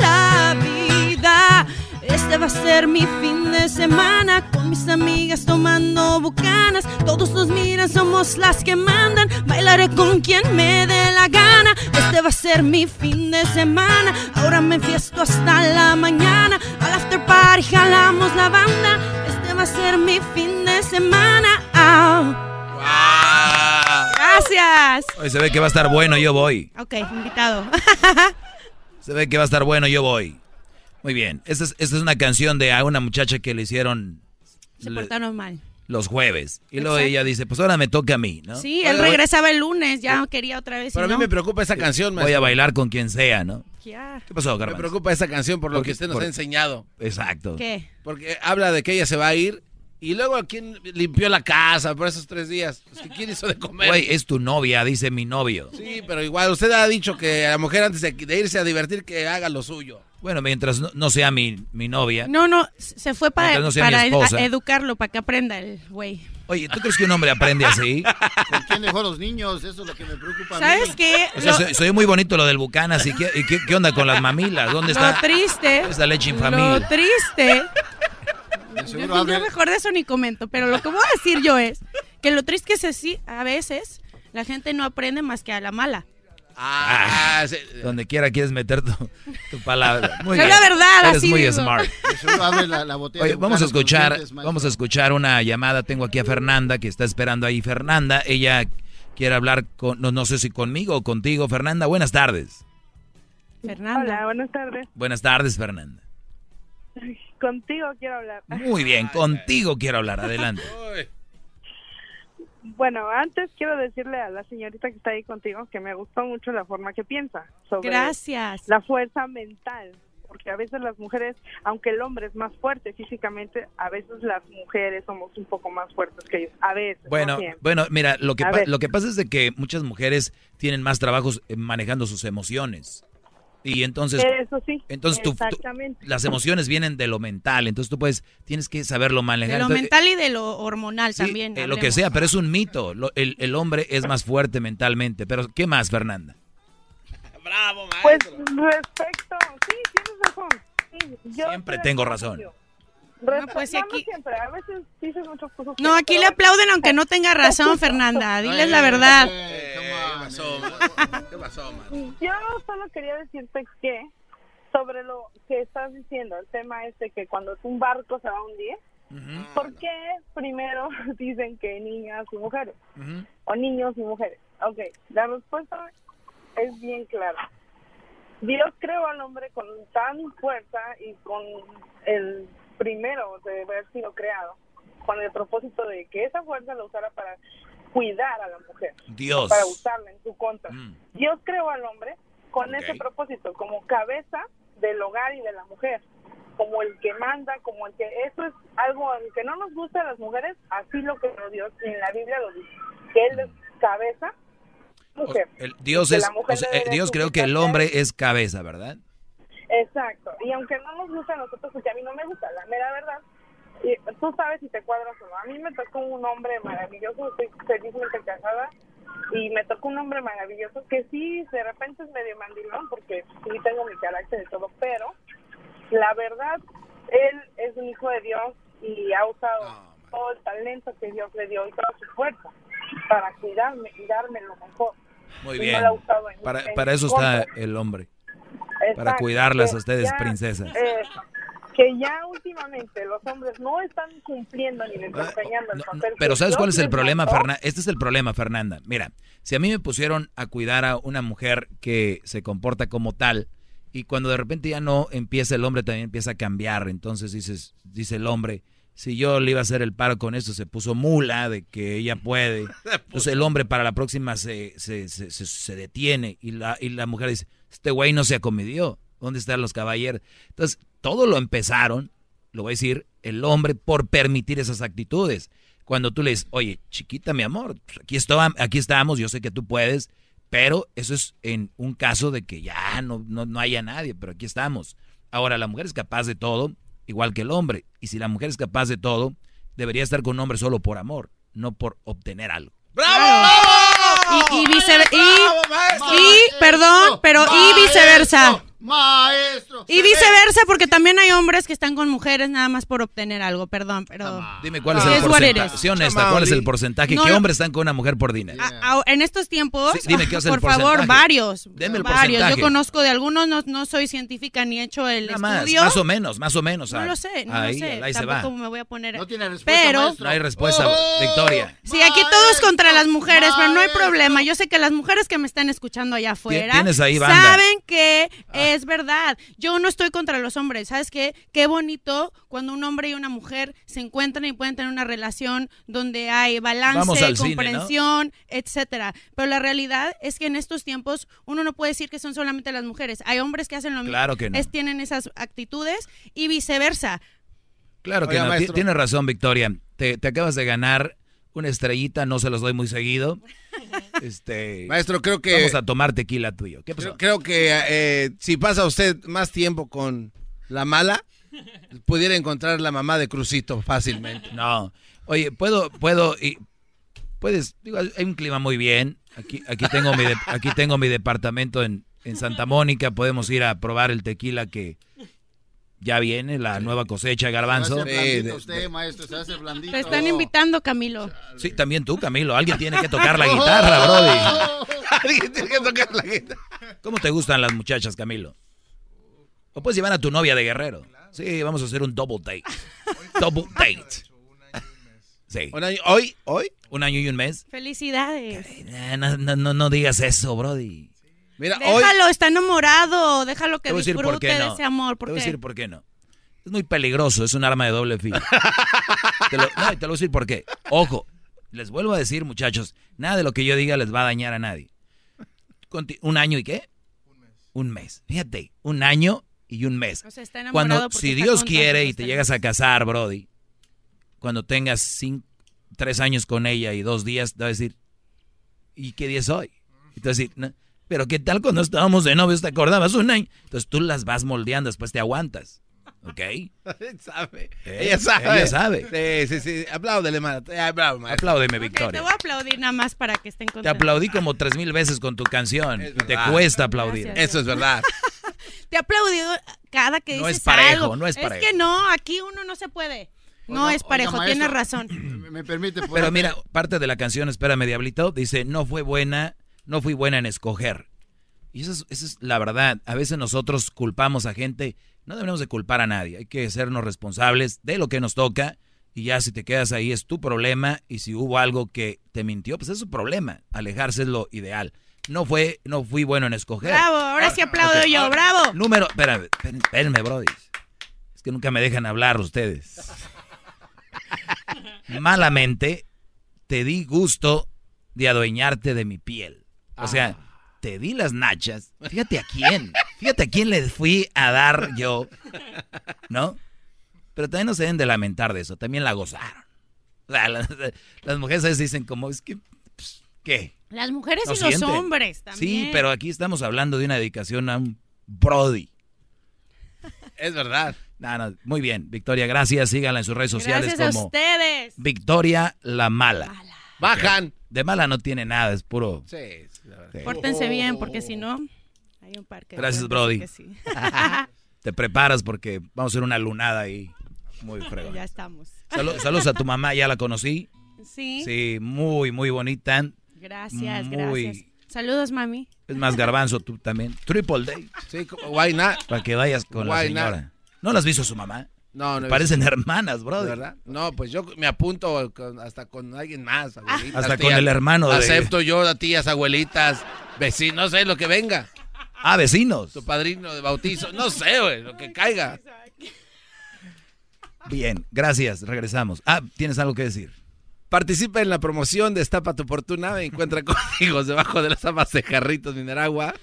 Speaker 3: la vida. Este va a ser mi fin de semana con mis amigas tomando bucanas. Todos nos miran, somos las que mandan. Bailaré con quien me dé la gana. Este va a ser mi fin de semana. Ahora me enfiesto hasta la mañana. Al after party jalamos la banda. Este va a ser mi fin de semana. Ah. Au.
Speaker 8: Ah.
Speaker 3: Gracias.
Speaker 8: Oye, se ve que va a estar bueno, yo voy.
Speaker 6: Ok,
Speaker 3: (laughs)
Speaker 6: invitado.
Speaker 8: Se ve que va a estar bueno, yo voy. Muy bien. Esta es, esta es una canción de a una muchacha que le hicieron
Speaker 6: Se
Speaker 8: le-
Speaker 6: portaron mal.
Speaker 8: los jueves. Y luego
Speaker 6: Exacto.
Speaker 8: ella dice, pues ahora me toca a mí, ¿no?
Speaker 6: Sí,
Speaker 8: Oye,
Speaker 6: él
Speaker 8: voy-
Speaker 6: regresaba el lunes, ya quería otra vez. y
Speaker 9: Pero a mí
Speaker 6: no.
Speaker 9: me preocupa esa canción,
Speaker 8: Voy a
Speaker 9: maestro.
Speaker 8: bailar con quien sea, ¿no?
Speaker 6: Ya.
Speaker 8: ¿Qué pasó,
Speaker 9: Me
Speaker 8: Garbanzo?
Speaker 9: preocupa esa canción por lo
Speaker 8: Porque-
Speaker 9: que usted nos
Speaker 8: por-
Speaker 9: ha enseñado.
Speaker 8: Exacto.
Speaker 6: ¿Qué?
Speaker 9: Porque habla de que ella se va a ir y luego a quién limpió la casa por esos tres días. Pues, ¿Quién hizo de comer?
Speaker 8: Güey, es tu novia, dice mi novio.
Speaker 9: Sí, pero igual usted ha dicho que a la mujer antes de, de irse a divertir que haga lo suyo.
Speaker 8: Bueno, mientras no, no sea mi, mi novia.
Speaker 6: No, no, se fue para,
Speaker 8: Mientras no sea mi
Speaker 6: para
Speaker 8: esposa.
Speaker 6: ed- educarlo, para que aprenda el güey.
Speaker 8: Oye, ¿tú crees que un hombre aprende así?
Speaker 19: ¿Con quién dejó a los niños? Eso es lo que me preocupa. a mí.
Speaker 6: ¿Sabes qué?
Speaker 8: (laughs) O sea,
Speaker 6: Lo-
Speaker 8: soy, soy muy bonito lo del Bucanas. ¿Y qué, y qué- qué onda con las mamilas? ¿Dónde está?
Speaker 6: Lo triste.
Speaker 8: (laughs) ¿Dónde está leche
Speaker 6: Lo
Speaker 8: infamil? (laughs)
Speaker 6: triste. Yo,
Speaker 19: seguro
Speaker 6: yo
Speaker 19: abre-
Speaker 6: mejor de eso ni comento, pero lo que voy a decir yo es que lo triste que es así, a veces la gente no aprende más que a la mala.
Speaker 9: Ah,
Speaker 8: Donde quiera quieres meter tu, tu palabra. Muy
Speaker 6: Es
Speaker 8: bien.
Speaker 6: la verdad,
Speaker 8: Eres
Speaker 6: así
Speaker 8: muy
Speaker 6: digo.
Speaker 8: smart.
Speaker 19: De seguro abre la, la botella.
Speaker 8: Oye,
Speaker 19: de
Speaker 8: vamos a
Speaker 19: Bucanas con
Speaker 8: escuchar,
Speaker 19: dientes, maestro.
Speaker 8: vamos a escuchar una llamada. Tengo aquí a Fernanda que está esperando ahí. Fernanda, ella quiere hablar con, no, no sé si conmigo o contigo. Fernanda, buenas tardes.
Speaker 6: Fernanda.
Speaker 20: Hola, buenas tardes.
Speaker 8: Buenas tardes, Fernanda.
Speaker 20: Contigo quiero hablar.
Speaker 8: Muy bien, contigo quiero
Speaker 20: (laughs)
Speaker 8: hablar. Adelante.
Speaker 20: Bueno, antes quiero decirle a la señorita que está ahí contigo que me gustó mucho la forma que piensa sobre
Speaker 6: Gracias.
Speaker 20: la fuerza mental. porque a veces las mujeres, aunque el hombre es más fuerte físicamente, a veces las mujeres somos un poco más fuertes que ellos. A veces. no
Speaker 8: Bueno,
Speaker 20: siempre.
Speaker 8: bueno, mira, lo que,
Speaker 20: A
Speaker 8: pa-
Speaker 20: ver.
Speaker 8: lo que pasa es de que muchas mujeres tienen más trabajos eh, manejando sus emociones. Y entonces,
Speaker 20: Eso sí.
Speaker 8: entonces tú- tú-
Speaker 20: Exactamente.
Speaker 8: las emociones vienen de lo mental, entonces tú puedes, tienes que saberlo manejar.
Speaker 6: De lo
Speaker 8: Entonces,
Speaker 6: mental y de lo hormonal
Speaker 8: eh, sí,
Speaker 6: también.
Speaker 8: eh, lo que
Speaker 6: hablemos.
Speaker 8: sea, pero es un mito. Lo- el, el hombre es más fuerte mentalmente. Pero, ¿qué más, Fernanda?
Speaker 20: Pues respecto, sí, tienes razón. Sí, yo
Speaker 8: Siempre tengo razón.
Speaker 20: Respetamos Pues, siempre, a veces dices muchas cosas.
Speaker 6: pues, No, aquí le aplauden aunque no
Speaker 20: (laughs)
Speaker 6: tenga razón, Fernanda. Diles la verdad.
Speaker 9: ¿Qué pasó, man? ¿Qué pasó, man?
Speaker 20: Yo solo quería decirte que sobre lo que estás diciendo, el tema este que cuando un barco se va a hundir, ¿por qué primero (laughs) dicen que niñas y mujeres? O niños y mujeres. Ok, la respuesta es bien clara. Dios creó al hombre con tan fuerza y con el primero de haber sido creado, con el propósito de que esa fuerza la usara para cuidar a la mujer.
Speaker 16: Dios.
Speaker 20: no Para usarla en su contra.
Speaker 16: Mm.
Speaker 20: Dios creó al hombre con
Speaker 16: Ok.
Speaker 20: ese propósito, como cabeza del hogar y de la mujer, como el que manda, como el que... Eso es algo que no nos gusta a las mujeres, así lo que Dios en la Biblia lo dice, que él es cabeza, mujer.
Speaker 8: Mm. El Dios
Speaker 20: Que
Speaker 8: es,
Speaker 20: la mujer
Speaker 8: o sea,
Speaker 20: debe
Speaker 8: eh,
Speaker 20: de
Speaker 8: Dios creo que
Speaker 20: sujetarse
Speaker 8: el hombre es cabeza, ¿verdad?
Speaker 20: Exacto. Y aunque no nos gusta a nosotros, porque a mí no me gusta, la mera verdad, y tú sabes si te cuadras o no. A mí me tocó un hombre maravilloso, estoy felizmente casada, y me tocó un hombre maravilloso que sí, de repente es medio mandilón, porque sí tengo mi carácter y todo, pero la verdad, él es un hijo de Dios y ha usado todo el talento que Dios le dio y toda su fuerza para cuidarme y darme lo mejor.
Speaker 8: Muy
Speaker 20: Y no
Speaker 8: bien.
Speaker 20: la ha usado en-
Speaker 8: Para,
Speaker 20: en
Speaker 8: para eso
Speaker 20: contra.
Speaker 8: está el hombre. Para
Speaker 20: Exacto,
Speaker 8: cuidarlas
Speaker 20: que
Speaker 8: a ustedes,
Speaker 20: ya,
Speaker 8: princesas.
Speaker 20: eh, que ya últimamente los hombres no están cumpliendo ni desempeñando el papel. Oh. que
Speaker 8: Pero ¿sabes
Speaker 20: Dios
Speaker 8: cuál es el
Speaker 20: les
Speaker 8: problema,
Speaker 20: mandó?
Speaker 8: Fernanda? Este es el problema, Fernanda. Mira, si a mí me pusieron a cuidar a una mujer que se comporta como tal y cuando de repente ya no empieza el hombre también empieza a cambiar, entonces dices, dice el hombre, si yo le iba a hacer el paro con esto, se puso mula de que ella
Speaker 20: (laughs)
Speaker 8: puede. Entonces el hombre para la próxima se, se, se, se- se detiene y la, y la mujer dice, este güey no se acomedió, ¿dónde están los caballeros? Entonces todo lo empezaron lo voy a decir, el hombre por permitir esas actitudes. Cuando tú le dices, oye, chiquita, mi amor, pues aquí, estaba- aquí estamos, yo sé que tú puedes, pero eso es en un caso de que ya no, no, no haya nadie, pero aquí estamos. Ahora, la mujer es capaz de todo, igual que el hombre. Y si la mujer es capaz de todo, debería estar con un hombre solo por amor, no por obtener algo.
Speaker 6: Y, y viceversa. Y,
Speaker 19: maestro!
Speaker 6: y, perdón, pero y viceversa.
Speaker 19: Oh, Maestro.
Speaker 6: Y viceversa, porque también hay hombres que están con mujeres nada más por obtener algo, perdón, pero...
Speaker 8: Dime cuál es
Speaker 6: It
Speaker 8: el
Speaker 6: is Ah, what it
Speaker 8: porcentaje.
Speaker 6: is.
Speaker 8: Sé honesta, ¿cuál es el porcentaje?
Speaker 6: No,
Speaker 8: ¿Qué
Speaker 6: no.
Speaker 8: hombres están con una mujer por dinero?
Speaker 6: Ah, En estos tiempos,
Speaker 8: Sí, dime, ¿qué es el
Speaker 6: por favor,
Speaker 8: porcentaje?
Speaker 6: varios.
Speaker 8: Deme el
Speaker 6: varios.
Speaker 8: porcentaje.
Speaker 6: Yo conozco de algunos, no, no soy científica ni he hecho el
Speaker 8: Nada más,
Speaker 6: estudio.
Speaker 8: más o menos, más o menos.
Speaker 6: No
Speaker 8: ah,
Speaker 6: lo sé, no
Speaker 8: ahí,
Speaker 6: lo sé.
Speaker 8: ahí se va.
Speaker 6: Tampoco me voy a poner. No tiene
Speaker 19: respuesta,
Speaker 6: Pero,
Speaker 8: No hay respuesta, Victoria.
Speaker 6: sí, aquí todo es contra las mujeres, pero no hay problema. Yo sé que las mujeres que me están escuchando allá afuera
Speaker 8: tienes ahí banda.
Speaker 6: saben que es verdad. Yo no estoy contra los hombres, ¿sabes qué? Qué bonito cuando un hombre y una mujer se encuentran y pueden tener una relación donde hay
Speaker 8: Vamos
Speaker 6: balance,
Speaker 8: al cine, ¿no?
Speaker 6: comprensión, etcétera. Pero la realidad es que en estos tiempos uno no puede decir que son solamente las mujeres. Hay hombres que hacen lo mismo.
Speaker 8: Claro que no.
Speaker 6: es- tienen esas actitudes y viceversa.
Speaker 8: Claro que
Speaker 9: Oiga,
Speaker 8: no. Ti-
Speaker 9: maestro.
Speaker 8: Tienes razón, Victoria. Te, te acabas de ganar una estrellita, no se los doy muy seguido. Este,
Speaker 9: Maestro, creo que-
Speaker 8: Vamos a tomar tequila tuyo. ¿Qué pasó?
Speaker 9: Creo, creo que eh, si pasa usted más tiempo con la mala, pudiera encontrar la mamá de Crucito fácilmente.
Speaker 8: No. Oye, puedo, puedo, y puedes, digo, hay un clima muy bien. Aquí, aquí tengo mi de- aquí tengo mi departamento en, en Santa Mónica, podemos ir a probar el tequila que ya viene, la nueva cosecha,
Speaker 19: Se va
Speaker 8: garbanzo.
Speaker 19: a hacer blandito usted, maestro, se va a hacer blandito.
Speaker 6: Te están invitando, Camilo.
Speaker 8: Sí, también tú, Camilo. Alguien tiene que tocar
Speaker 9: (laughs)
Speaker 8: la guitarra, Brody.
Speaker 9: Alguien tiene que tocar la guitarra.
Speaker 8: ¿Cómo te gustan las muchachas, Camilo? O puedes llevar a tu novia de guerrero. Sí, vamos a hacer un double date. Double date. Sí.
Speaker 9: ¿Hoy? ¿Hoy?
Speaker 8: ¿Un año y un mes?
Speaker 6: Felicidades.
Speaker 8: Eh, No, no, no, no digas eso, Brody.
Speaker 9: Mira,
Speaker 6: Déjalo, está enamorado. Déjalo que
Speaker 8: Te voy a decir por
Speaker 6: disfrute
Speaker 8: qué
Speaker 6: de
Speaker 8: no.
Speaker 6: ese amor.
Speaker 8: Te voy a
Speaker 6: Porque
Speaker 8: decir por qué no. Es muy peligroso, es un arma de doble filo. te, lo, no, y te lo voy a decir por qué. Ojo, les vuelvo a decir, muchachos, nada de lo que yo diga les va a dañar a nadie. Conti- ¿Un año y qué? Un mes. Fíjate, un año y un mes.
Speaker 6: O sea, está enamorado
Speaker 8: Cuando,
Speaker 6: porque
Speaker 8: si
Speaker 6: está
Speaker 8: Dios
Speaker 6: contando
Speaker 8: quiere y
Speaker 6: los
Speaker 8: te llegas a casar, Brody, cuando tengas cinco, tres años con ella y dos días, te va a decir, ¿y qué día es hoy? Y te va a decir, "No, pero ¿qué tal cuando estábamos de novios? ¿Te acordabas un año? Entonces tú las vas moldeando, después te aguantas.
Speaker 9: (laughs)
Speaker 8: ¿Ok?
Speaker 9: sabe.
Speaker 8: Eh,
Speaker 9: Ella sabe.
Speaker 8: ella
Speaker 9: Sí,
Speaker 8: sabe.
Speaker 9: sí, sí. Apláudele, maestro. Eh, Bravo, maestro.
Speaker 8: Apláudeme,
Speaker 6: Te
Speaker 8: Victoria.
Speaker 6: voy a aplaudir nada más para que estén
Speaker 8: Te
Speaker 6: contentos.
Speaker 8: aplaudí como tres mil veces con tu canción. y te
Speaker 9: verdad.
Speaker 8: cuesta aplaudir.
Speaker 6: Gracias. Eso
Speaker 9: es verdad.
Speaker 6: Te he aplaudido cada que
Speaker 8: No
Speaker 6: dices
Speaker 8: es parejo,
Speaker 6: algo.
Speaker 8: no es parejo.
Speaker 6: Es que no, aquí uno no se puede. No
Speaker 19: Oiga-
Speaker 6: es parejo,
Speaker 19: oiga,
Speaker 6: tienes
Speaker 19: maestro,
Speaker 6: razón.
Speaker 8: (clears throat)
Speaker 19: Me, me permite.
Speaker 8: Mm. Pero
Speaker 19: poder-
Speaker 8: mira, parte de la canción, espérame, Diablito, dice, no fue buena, no fui buena en escoger. Y esa es, esa es la verdad. A veces nosotros culpamos a gente, no debemos de culpar a nadie. Hay que sernos responsables de lo que nos toca y ya si te quedas ahí es tu problema y si hubo algo que te mintió, pues es su problema. Alejarse es lo ideal. No fue, no fui bueno en escoger.
Speaker 6: Bravo, ahora sí aplaudo
Speaker 8: Ok,
Speaker 6: yo,
Speaker 8: ahora-
Speaker 6: bravo.
Speaker 8: Número, espérame, espérame, espérame, Brody. Es que nunca me dejan hablar ustedes. Malamente te di gusto de adueñarte de mi piel. O sea, te di las nachas. Fíjate a quién. Fíjate a quién le fui a dar yo. ¿No? Pero también no se deben de lamentar de eso. También la gozaron. O sea, las, las mujeres a veces dicen como, es que, pues, ¿qué?
Speaker 6: Las mujeres
Speaker 8: No
Speaker 6: y los
Speaker 8: sienten.
Speaker 6: hombres también.
Speaker 8: Sí, pero aquí estamos hablando de una dedicación a un Brody.
Speaker 9: Es verdad.
Speaker 8: No, no, muy bien, Victoria, gracias. Síganla en sus redes sociales
Speaker 6: Gracias a
Speaker 8: como
Speaker 6: ustedes.
Speaker 8: Victoria la Mala.
Speaker 9: Bajan.
Speaker 8: De mala no tiene nada, es puro.
Speaker 9: Sí, sí, la
Speaker 8: Sí.
Speaker 9: verdad.
Speaker 6: Pórtense bien, porque si no, hay un parque.
Speaker 8: Gracias,
Speaker 6: Brody.
Speaker 8: Brody. Te preparas porque vamos a hacer una lunada ahí. Muy fregón.
Speaker 6: (laughs) ya estamos.
Speaker 8: Salu- saludos a tu mamá, ya la conocí.
Speaker 6: Sí.
Speaker 8: Sí, muy, muy bonita.
Speaker 6: Gracias,
Speaker 8: Muy-
Speaker 6: gracias. Saludos, mami.
Speaker 8: Es más, garbanzo, tú también. Triple date.
Speaker 9: Sí, why not?
Speaker 4: Pues,
Speaker 8: Para que vayas con la
Speaker 9: Why not?
Speaker 8: señora. ¿No las visto su mamá?
Speaker 9: No, no.
Speaker 8: Parecen
Speaker 9: es-
Speaker 8: hermanas, brother.
Speaker 9: ¿Verdad? No, pues yo me apunto con- hasta con alguien más, abuelitas,
Speaker 8: Ah. Hasta con el hermano de-
Speaker 9: Acepto yo a tías, abuelitas, vecinos, no sé, lo que venga.
Speaker 8: Ah, vecinos.
Speaker 9: Tu padrino de bautizo, no sé, güey, lo que caiga.
Speaker 8: Bien, gracias. Regresamos. Ah, tienes algo que decir.
Speaker 9: Participa en la promoción Destapa tu fortuna. Encuentra (laughs) códigos debajo de las amas de jarritos Mineragua,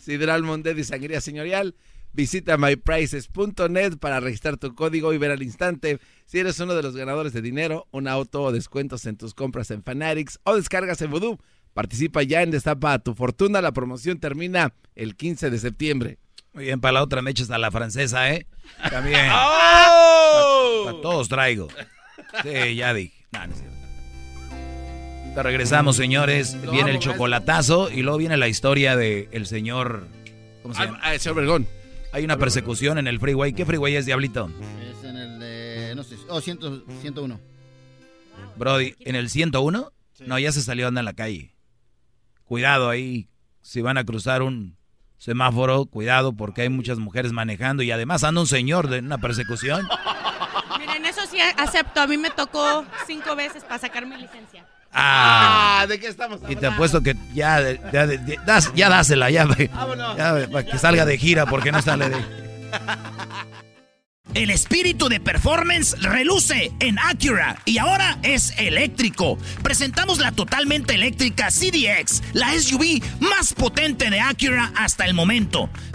Speaker 9: Sidral Monded y Sangría Señorial. Visita myprices.net para registrar tu código y ver al instante si eres uno de los ganadores de dinero, un auto o descuentos en tus compras en Fanatics o descargas en Voodoo. Participa ya en Destapa tu fortuna. La promoción termina el 15 de septiembre.
Speaker 8: Muy bien, para la otra me echas a la francesa, ¿eh?
Speaker 9: (laughs)
Speaker 8: También.
Speaker 9: ¡Oh!
Speaker 8: Pa- pa' todos traigo. Sí, ya dije. No, no es cierto. Te regresamos, señores.
Speaker 9: Lo
Speaker 8: viene el
Speaker 9: amo,
Speaker 8: chocolatazo y luego viene la historia de el señor. ¿Cómo se llama?
Speaker 9: el señor Vergón.
Speaker 8: Hay una persecución en el freeway. ¿Qué freeway es, Diablito?
Speaker 19: Es en el de. No sé. Oh, 100, 101.
Speaker 8: Brody, ¿en el 101? No, ya se salió, anda en la calle. Cuidado ahí. Si van a cruzar un semáforo, cuidado porque hay muchas mujeres manejando y además anda un señor de una persecución.
Speaker 6: Miren, eso sí acepto. A mí me tocó cinco veces para sacar mi licencia.
Speaker 8: Ah.
Speaker 9: ¿De qué estamos
Speaker 8: Y te apuesto que ya, ya, ya, das- ya dásela, ya,
Speaker 9: Vámonos.
Speaker 8: ya, para que salga de gira, porque no sale de...
Speaker 4: El espíritu de performance reluce en Acura y ahora es eléctrico. Presentamos la totalmente eléctrica CDX, la SUV más potente de Acura hasta el momento.